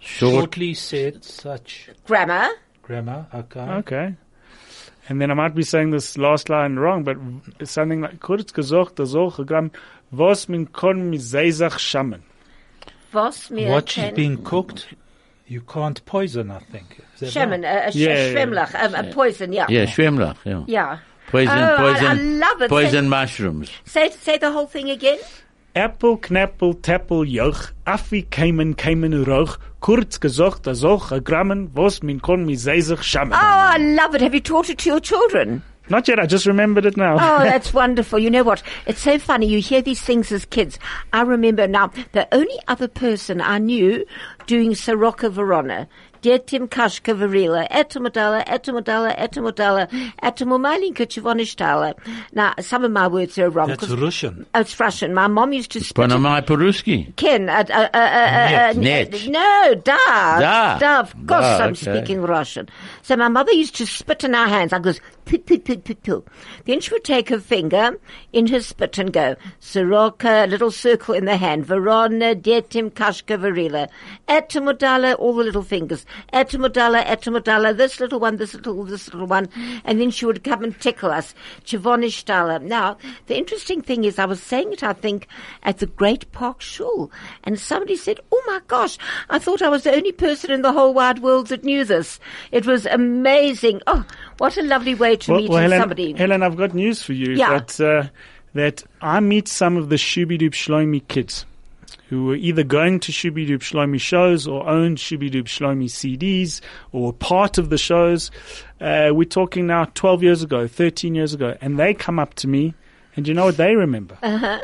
[SPEAKER 2] Short.
[SPEAKER 3] Shortly said such
[SPEAKER 1] Grammar.
[SPEAKER 3] grammar. Okay.
[SPEAKER 4] Okay. And then I might be saying this last line wrong, but it's something like kurz gesagt, das solche Grammen. Was min kon mi zeisach shammen.
[SPEAKER 1] Vos mir
[SPEAKER 3] What
[SPEAKER 1] ken-
[SPEAKER 3] she's being cooked, you can't poison. I think. Is that
[SPEAKER 1] Shaman, a, a sh-
[SPEAKER 4] Yeah, yeah,
[SPEAKER 1] Schwemmlach, a, a um, uh, poison, yeah.
[SPEAKER 2] Yeah, Shemlach. Yeah.
[SPEAKER 1] Yeah.
[SPEAKER 2] Poison,
[SPEAKER 1] Oh, I-
[SPEAKER 2] poison,
[SPEAKER 1] I love it.
[SPEAKER 2] poison mushrooms.
[SPEAKER 1] Say, say the whole thing again.
[SPEAKER 4] Apple, knappel, tappel, joch, affi, keimen, keimen, roch, kurz gesagt, das auch grammen, was min kon mi zeisach shammen.
[SPEAKER 1] Oh, I love it. Have you taught it to your children?
[SPEAKER 4] Not yet, I just remembered it *laughs* now.
[SPEAKER 1] Oh, that's wonderful. You know what? It's so funny. You hear these things as kids. I remember now, the only other person I knew doing Soroka Verona, dear Tim Kashka Varela, Etomodala, Etomodala, Etomodala, Etomomalinka Chivonishtala. Now, some of my words are wrong.
[SPEAKER 3] That's
[SPEAKER 1] 'cause-
[SPEAKER 3] Russian.
[SPEAKER 1] Oh, it's Russian. My mom used to spit it-
[SPEAKER 2] Panamai Peruski.
[SPEAKER 1] Ken, uh, uh, uh, uh, uh,
[SPEAKER 2] Net.
[SPEAKER 1] uh, no, da,
[SPEAKER 2] Da.
[SPEAKER 1] of course
[SPEAKER 2] Da,
[SPEAKER 1] I'm
[SPEAKER 2] okay.
[SPEAKER 1] speaking Russian. So my mother used to spit in our hands. I goes, poo, poo, poo, poo, poo. Then she would take her finger in her spit and go, Soroka, little circle in the hand, Verona, Detim, Kashka, Varela, Atomodala, all the little fingers, Atomodala, Atomodala, this little one, this little, this little one, and then she would come and tickle us, Chivonishtala. Now, the interesting thing is, I was saying it, I think, at the Great Park Shul, and somebody said, "Oh my gosh, I thought I was the only person in the whole wide world that knew this. It was amazing. Oh, what a lovely way to meet
[SPEAKER 4] Helen,
[SPEAKER 1] somebody."
[SPEAKER 4] Helen, I've got news for you.
[SPEAKER 1] Yeah.
[SPEAKER 4] That, uh, that I meet some of the Shubidoob Shlomi kids who were either going to Shubidoob Shlomi shows or owned Shubidoob Shlomi CDs or were part of the shows. Uh, we're talking now 12 years ago, 13 years ago, and they come up to me, and you know what they remember? Uh-huh.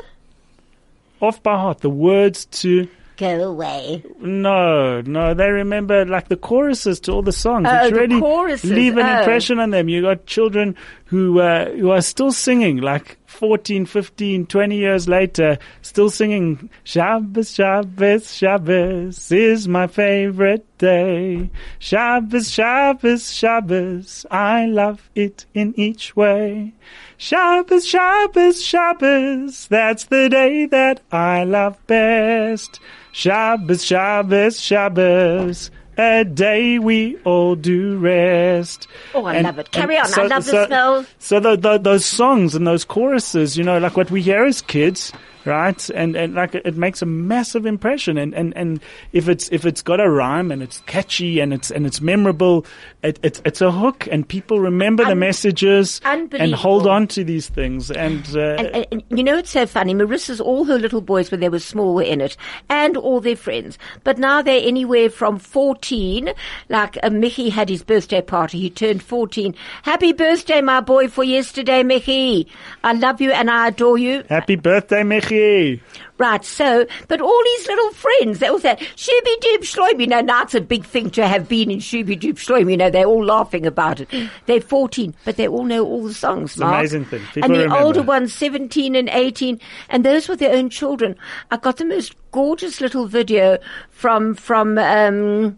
[SPEAKER 4] Off by heart, the words to.
[SPEAKER 1] Go away.
[SPEAKER 4] No, no, they remember like the choruses to all the songs.
[SPEAKER 1] Oh,
[SPEAKER 4] which
[SPEAKER 1] the
[SPEAKER 4] really
[SPEAKER 1] choruses,
[SPEAKER 4] leave an
[SPEAKER 1] oh.
[SPEAKER 4] impression on them. You got children who uh, who are still singing like 14, 15, 20 years later, still singing Shabbos, Shabbos, Shabbos is my favorite day. Shabbos, Shabbos, Shabbos, I love it in each way. Shabbos, Shabbos, Shabbos, that's the day that I love best. Shabbos, Shabbos, Shabbos, a day we all do rest.
[SPEAKER 1] Oh, I love it. Carry on. I love the smell.
[SPEAKER 4] So tho- tho- those songs and those choruses, you know, like what we hear as kids, right? And and like it makes a massive impression. And, and, and if it's if it's got a rhyme and it's catchy and it's and it's memorable, it, it, it's a hook, and people remember the
[SPEAKER 1] Un-
[SPEAKER 4] messages and hold
[SPEAKER 1] unbelievable.
[SPEAKER 4] on to these things. And, uh,
[SPEAKER 1] and, and- and you know it's so funny. Marissa's all her little boys when they were small were in it, and all their friends. But now they're anywhere from fourteen. Like uh, Mickey had his birthday party. He turned fourteen. Happy birthday, my boy, for yesterday, Mickey. I love you and I adore you.
[SPEAKER 4] happy birthday, Michi.
[SPEAKER 1] Right, so, but all his little friends, they all say, Shooby Doob Shloim, you know, now it's a big thing to have been in Shooby Doob Shloim, you know, they're all laughing about it. They're 14, but they all know all the songs,
[SPEAKER 4] an
[SPEAKER 1] Mark.
[SPEAKER 4] amazing thing. People
[SPEAKER 1] and the
[SPEAKER 4] remember.
[SPEAKER 1] older ones, 17 and 18, and those were their own children. I got the most gorgeous little video from, from, um,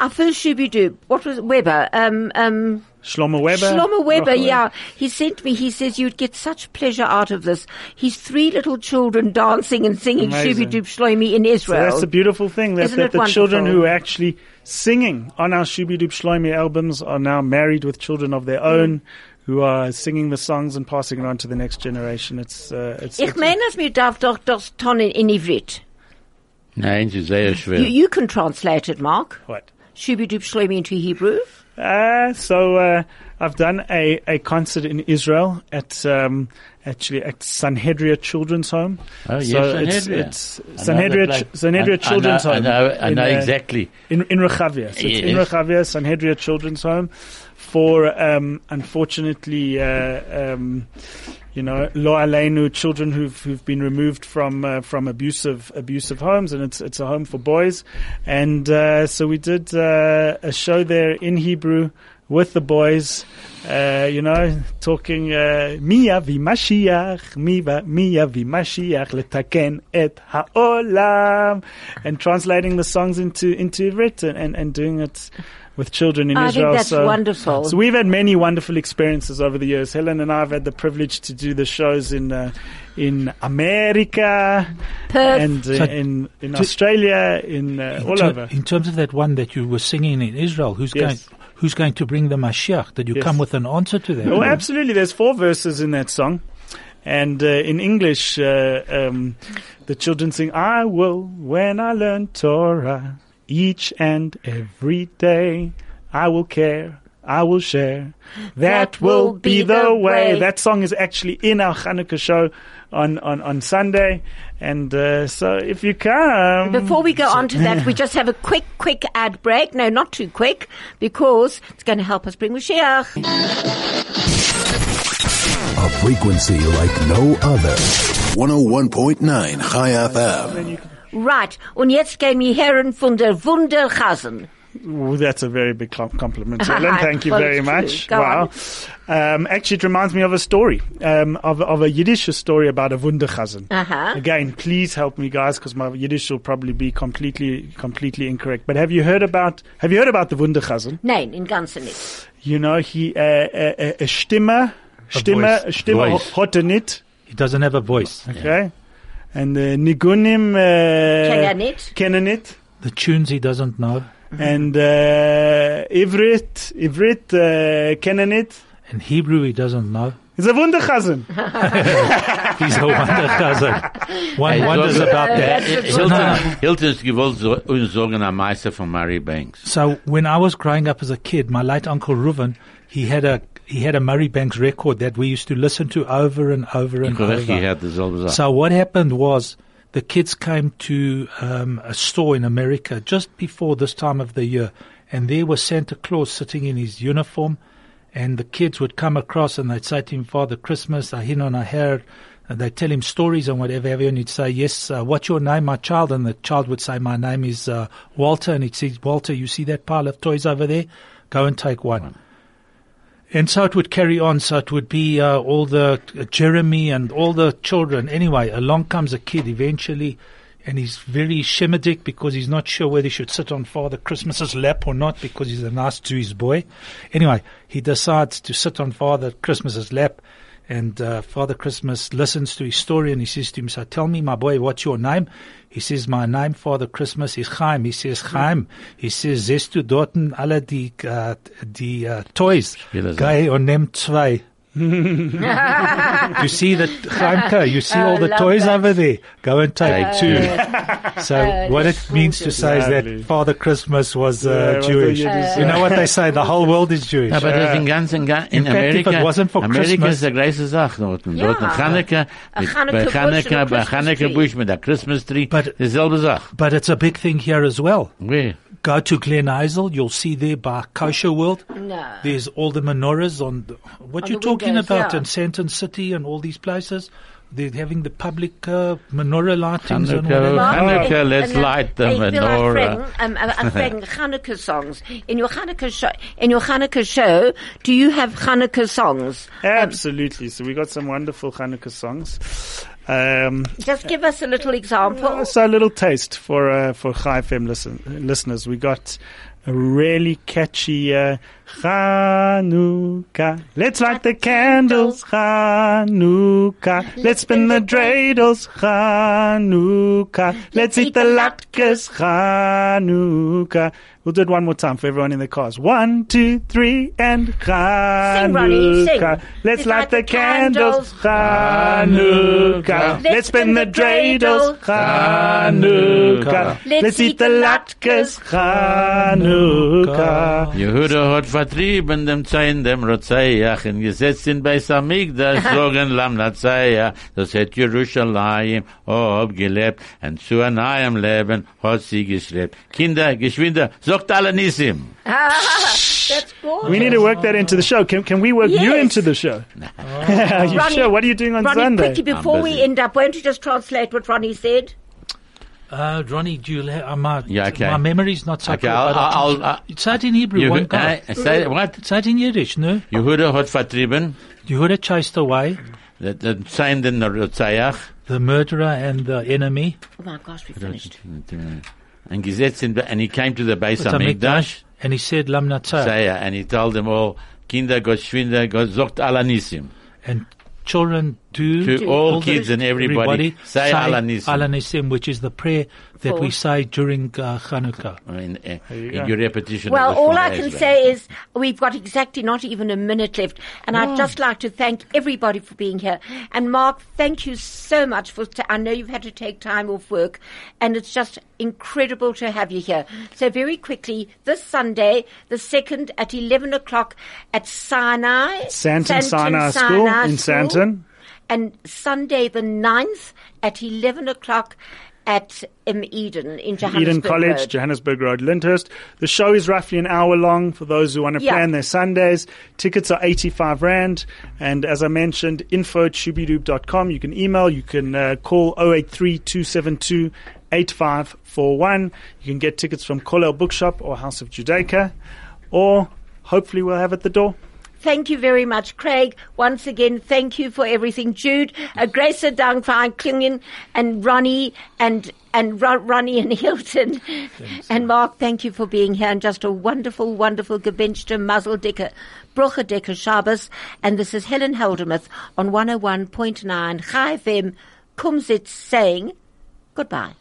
[SPEAKER 1] our first Shooby Doob. What was it? Weber? Um, um,
[SPEAKER 4] Shlomo Weber.
[SPEAKER 1] Shlomo Weber,
[SPEAKER 4] Rochel.
[SPEAKER 1] yeah. He sent me, he says, you'd get such pleasure out of this. His three little children dancing and singing
[SPEAKER 4] Amazing.
[SPEAKER 1] Shubi Doob Shloimi in
[SPEAKER 4] So
[SPEAKER 1] Israel.
[SPEAKER 4] that's the beautiful thing that,
[SPEAKER 1] Isn't
[SPEAKER 4] that
[SPEAKER 1] it
[SPEAKER 4] the children
[SPEAKER 1] wonderful?
[SPEAKER 4] who are actually singing on our Shubi Doob Shloimi albums are now married with children of their
[SPEAKER 1] Mm.
[SPEAKER 4] own who are singing the songs and passing it on to the next generation. It's uh, it's,
[SPEAKER 1] Ich
[SPEAKER 4] it's-
[SPEAKER 1] meine, dass mir darf doch das Tonnen in Ivrit.
[SPEAKER 2] Nein, sie ist sehr schwer.
[SPEAKER 1] You, you can translate it, Mark.
[SPEAKER 4] what.
[SPEAKER 1] Shubi Doob Shloimi into Hebrew.
[SPEAKER 4] Uh, so uh, I've done a, a concert in Israel at um, actually at Sanhedria Children's Home.
[SPEAKER 2] Oh, yes,
[SPEAKER 4] So
[SPEAKER 2] Sanhedria. I
[SPEAKER 4] It's, it's
[SPEAKER 2] know
[SPEAKER 4] Sanhedria,
[SPEAKER 2] the
[SPEAKER 4] Ch-
[SPEAKER 2] place.
[SPEAKER 4] Sanhedria
[SPEAKER 2] I- I
[SPEAKER 4] Children's
[SPEAKER 2] know-
[SPEAKER 4] Home.
[SPEAKER 2] I know, I
[SPEAKER 4] in,
[SPEAKER 2] know
[SPEAKER 4] uh,
[SPEAKER 2] exactly.
[SPEAKER 4] in in Rechavia. So it's in
[SPEAKER 2] Yes.
[SPEAKER 4] Rechavia, Sanhedria Children's Home, for um, unfortunately, uh, um, you know, lo aleinu, children who've who've been removed from uh, from abusive abusive homes, and it's it's a home for boys, and uh, so we did uh, a show there in Hebrew. With the boys, uh, you know, talking Mia v'Mashiach, Mia v'Mashiach, letaken et haolam, and translating the songs into into Hebrew and, and, and doing it with children in
[SPEAKER 1] Oh, I think
[SPEAKER 4] Israel.
[SPEAKER 1] that's
[SPEAKER 4] so,
[SPEAKER 1] wonderful.
[SPEAKER 4] So we've had many wonderful experiences over the years. Helen and I have had the privilege to do the shows in uh, in America
[SPEAKER 1] Perth.
[SPEAKER 4] and uh,
[SPEAKER 3] So-
[SPEAKER 4] in in Australia, in uh, all
[SPEAKER 3] ter-
[SPEAKER 4] over.
[SPEAKER 3] in terms of that one that you were singing in Israel, who's
[SPEAKER 4] Yes.
[SPEAKER 3] going who's going to bring the Mashiach? Did you
[SPEAKER 4] Yes.
[SPEAKER 3] come with an answer to that?
[SPEAKER 4] Oh, absolutely. There's four verses in that song. And uh, in English, uh, um, the children sing, I will when I learn Torah each and every day. I will care. I will share. That, will be the way. That song is actually in our Hanukkah show on, on, on Sunday. And uh, so if you come.
[SPEAKER 1] Before we go on to that, we just have a quick, quick ad break. No, not too quick, because it's going to help us bring Mashiach.
[SPEAKER 5] A frequency like no other. 101.9 High FM.
[SPEAKER 1] Right, und jetzt gehen wir Herren von der Wunderhasen.
[SPEAKER 4] Well, that's a very big com-
[SPEAKER 1] *laughs*
[SPEAKER 4] compliment, Helen. Thank you
[SPEAKER 1] Well,
[SPEAKER 4] very
[SPEAKER 1] it's true.
[SPEAKER 4] much.
[SPEAKER 1] Go
[SPEAKER 4] wow. Um, actually, it reminds me of a story, um, of, of a Yiddish story about a Wunderchasen.
[SPEAKER 1] Uh-huh.
[SPEAKER 4] Again, please help me, guys, because my Yiddish will probably be completely, completely incorrect. But have you heard about Have you heard about the Wunderchasen?
[SPEAKER 1] Nein, in ganzen nicht.
[SPEAKER 4] You know, he uh, uh, uh, a Stimme, Stimme,
[SPEAKER 3] voice.
[SPEAKER 4] Stimme
[SPEAKER 2] Voice.
[SPEAKER 4] ho- hotte nit.
[SPEAKER 3] He doesn't have a voice.
[SPEAKER 4] Okay, and the Nigunim
[SPEAKER 1] Kennen
[SPEAKER 4] uh,
[SPEAKER 1] nicht.
[SPEAKER 4] kennen it.
[SPEAKER 3] The tunes he doesn't know,
[SPEAKER 4] and uh, Ivrit, Ivrit uh, kennen it.
[SPEAKER 3] and Hebrew he doesn't know.
[SPEAKER 4] It's a Wunderchasen.
[SPEAKER 3] He's a *laughs* wonder cousin. One wonders about that.
[SPEAKER 2] Hilton, Hilton ist gewollt so- uns sagen am meisten von Murray Banks.
[SPEAKER 3] So when I was growing up as a kid, my late uncle Reuven, he had a he had a Murray Banks record that we used to listen to over and over and
[SPEAKER 2] Ich habe echt
[SPEAKER 3] over.
[SPEAKER 2] gehört, dasselbe Sache.
[SPEAKER 3] So what happened was the kids came to um, a store in America just before this time of the year, and there was Santa Claus sitting in his uniform, and the kids would come across and they'd say to him, "Father Christmas, I on a hair." And they'd tell him stories and whatever, and he'd say, "Yes, uh, what's your name, my child?" And the child would say, "My name is uh, Walter." And he'd say, "Walter, you see that pile of toys over there? Go and take one." And so it would carry on. So it would be uh, all the uh, Jeremy and all the children. Anyway, along comes a kid eventually, and he's very shemedic because he's not sure whether he should sit on Father Christmas's lap or not because he's a nice Jewish boy. Anyway, he decides to sit on Father Christmas's lap, and uh, Father Christmas listens to his story and he says to him, So tell me, my boy, what's your name? He says, My name, Father Christmas, is Chaim. He says, Chaim. He says, Zest du dorten alle die, uh, die uh, Toys.
[SPEAKER 2] Spiele sind.
[SPEAKER 3] Guy und nimm
[SPEAKER 1] *laughs*
[SPEAKER 3] zwei. you see the Chaimka, you see all the
[SPEAKER 1] love
[SPEAKER 3] toys
[SPEAKER 1] that. Uh,
[SPEAKER 3] over there. Go and take
[SPEAKER 2] Take
[SPEAKER 1] *laughs*
[SPEAKER 3] two. so what it means to say is
[SPEAKER 4] Lovely.
[SPEAKER 3] that Father Christmas was uh,
[SPEAKER 4] Yeah, well,
[SPEAKER 3] Jewish.
[SPEAKER 4] it is,
[SPEAKER 3] you
[SPEAKER 4] uh,
[SPEAKER 3] know what they say? The whole world is Jewish.
[SPEAKER 2] Ja, aber das in ganz in, ga- in
[SPEAKER 3] Äh, fact, if it
[SPEAKER 2] Amerika.
[SPEAKER 3] wasn't for
[SPEAKER 2] Amerika
[SPEAKER 3] Christmas-
[SPEAKER 2] ist eine große Sache dort.
[SPEAKER 1] Ja.
[SPEAKER 2] Dort in Chanukah,
[SPEAKER 1] A
[SPEAKER 2] mit-
[SPEAKER 1] Chanukah
[SPEAKER 2] bei
[SPEAKER 1] Bush and
[SPEAKER 2] Chanukah,
[SPEAKER 1] a
[SPEAKER 2] bei
[SPEAKER 1] Christmas
[SPEAKER 2] Chanukah
[SPEAKER 1] tree.
[SPEAKER 2] Bush mit der Christmas Tree.
[SPEAKER 3] But-
[SPEAKER 2] Dieselbe Sache.
[SPEAKER 3] but it's a big thing here as well.
[SPEAKER 2] Oui.
[SPEAKER 3] Go to Glen Isel, you'll see there by Kosher World.
[SPEAKER 1] No.
[SPEAKER 3] There's all the menorahs on the, what
[SPEAKER 1] On
[SPEAKER 3] you're
[SPEAKER 1] the
[SPEAKER 3] talking
[SPEAKER 1] windows,
[SPEAKER 3] about
[SPEAKER 1] yeah.
[SPEAKER 3] in Santon City and all these places. They're having the public uh, menorah lightings and
[SPEAKER 2] Hanukkah.
[SPEAKER 3] whatever.
[SPEAKER 1] Mark,
[SPEAKER 2] Hanukkah,
[SPEAKER 1] and-
[SPEAKER 2] let's
[SPEAKER 1] and, uh,
[SPEAKER 2] light the
[SPEAKER 1] ich will
[SPEAKER 2] menorah.
[SPEAKER 1] fragen, Um, uh,
[SPEAKER 2] *laughs*
[SPEAKER 1] fragen, Hanukkah songs. In your Hanukkah show, in your Hanukkah show, do you have Hanukkah songs?
[SPEAKER 4] *laughs* Absolutely. So we got some wonderful Hanukkah songs. Um,
[SPEAKER 1] Just give us a little example.
[SPEAKER 4] so a little taste for uh, for Chai FM listen, listeners. We got a really catchy uh, Chanukah. Let's light the candles, Chanukah. Let's spin the dreidels, Chanukah. Let's eat the latkes, Chanukah. We'll do it one more time for everyone in the cars. One, two, three, and
[SPEAKER 1] Ronnie, sing.
[SPEAKER 4] Chanukah. Let's light the candles. Chanukah.
[SPEAKER 1] Let's
[SPEAKER 4] Let's spin the
[SPEAKER 1] spin the dreidels.
[SPEAKER 4] dreidels. Chanukah.
[SPEAKER 1] Let's
[SPEAKER 4] Let's eat
[SPEAKER 1] eat
[SPEAKER 4] the
[SPEAKER 1] the
[SPEAKER 4] latkes. Chanukah.
[SPEAKER 2] Yehuda hat vertrieben dem Zein dem Rozeach und gesetzt ihn
[SPEAKER 1] *laughs*
[SPEAKER 2] bei Samigdash, sogen Lam Lazeach, das hat Jerusalem abgelebt und zu einem Leben hat sie geschleppt. Kinder, Geschwinder, sagt alle Nisim.
[SPEAKER 1] That's gorgeous.
[SPEAKER 4] We need to work that into the show. Can, can we work you
[SPEAKER 1] Yes.
[SPEAKER 4] into the show? Are *laughs*
[SPEAKER 1] *laughs*
[SPEAKER 4] you
[SPEAKER 1] Ronnie-
[SPEAKER 4] sure? What are you doing on
[SPEAKER 1] Ronnie,
[SPEAKER 4] Sunday?
[SPEAKER 1] quickly before
[SPEAKER 2] I'm
[SPEAKER 1] we
[SPEAKER 2] busy.
[SPEAKER 1] end up, won't you just translate what Ronnie said?
[SPEAKER 3] Uh, Ronnie, do you let, uh, my,
[SPEAKER 2] Yeah, okay.
[SPEAKER 3] my memory's not so
[SPEAKER 2] Okay,
[SPEAKER 3] good.
[SPEAKER 2] I'll-
[SPEAKER 3] but I-
[SPEAKER 2] I'll- I'll-
[SPEAKER 3] say it in Hebrew, one
[SPEAKER 2] Yehu-
[SPEAKER 3] guy.
[SPEAKER 2] eh, say, what?
[SPEAKER 3] Say it in Yiddish, no?
[SPEAKER 2] Yehuda hat vertrieben
[SPEAKER 3] Yehuda chased away
[SPEAKER 2] dem Zein dem Rozeach
[SPEAKER 3] the murderer and the enemy.
[SPEAKER 1] Oh my gosh, we finished.
[SPEAKER 2] und gesetzt ihn, and he came to the Beis
[SPEAKER 3] It's a
[SPEAKER 2] Samigdash,
[SPEAKER 3] mikdash, And he said, Lam Natzah.
[SPEAKER 2] Zeach, and he told them all, Kinder, Geschwinder, sagt alle Nisim.
[SPEAKER 3] And children do.
[SPEAKER 2] To all kids and everybody, say Ala Nisim.
[SPEAKER 3] Ala Nisim, which is the prayer that we
[SPEAKER 1] Forward.
[SPEAKER 3] say during uh, Hanukkah.
[SPEAKER 2] I mean, uh, in
[SPEAKER 4] go.
[SPEAKER 2] your repetition. of
[SPEAKER 1] Well,
[SPEAKER 2] the
[SPEAKER 1] all
[SPEAKER 2] Shema
[SPEAKER 1] I can
[SPEAKER 2] Ezra.
[SPEAKER 1] say is we've got exactly not even a minute left, and I'd just like to thank everybody for being here. And Mark, thank you so much for. T- I know you've had to take time off work, and it's just incredible to have you here. So very quickly, this Sunday, the second at eleven o'clock at Sinai,
[SPEAKER 4] Santon Sinai School in Santon.
[SPEAKER 1] and Sunday the 9th at eleven o'clock at um, Eden in Johannesburg
[SPEAKER 4] Eden College,
[SPEAKER 1] Road.
[SPEAKER 4] Johannesburg Road, Lyndhurst. The show is roughly an hour long for those who want to
[SPEAKER 1] Yeah.
[SPEAKER 4] plan their Sundays. Tickets are 85 Rand. And as I mentioned, info at shubidoop.com. You can email, you can uh, call 083 272 8541. You can get tickets from Colel Bookshop or House of Judaica. Or hopefully we'll have at the door.
[SPEAKER 1] Thank you very much, Craig. Once again, thank you for everything. Jude, a grace of Dank for Hein Klingen and Ronnie and and Ro- Ronnie and *laughs* Hilton and Mark, thank you for being here and just a wonderful, wonderful gewünschte Muzzle Dicker, Broche Dicker Shabbos. And this is Helen Haldemuth oh on 101.9 Chai FM Kumsitz saying goodbye.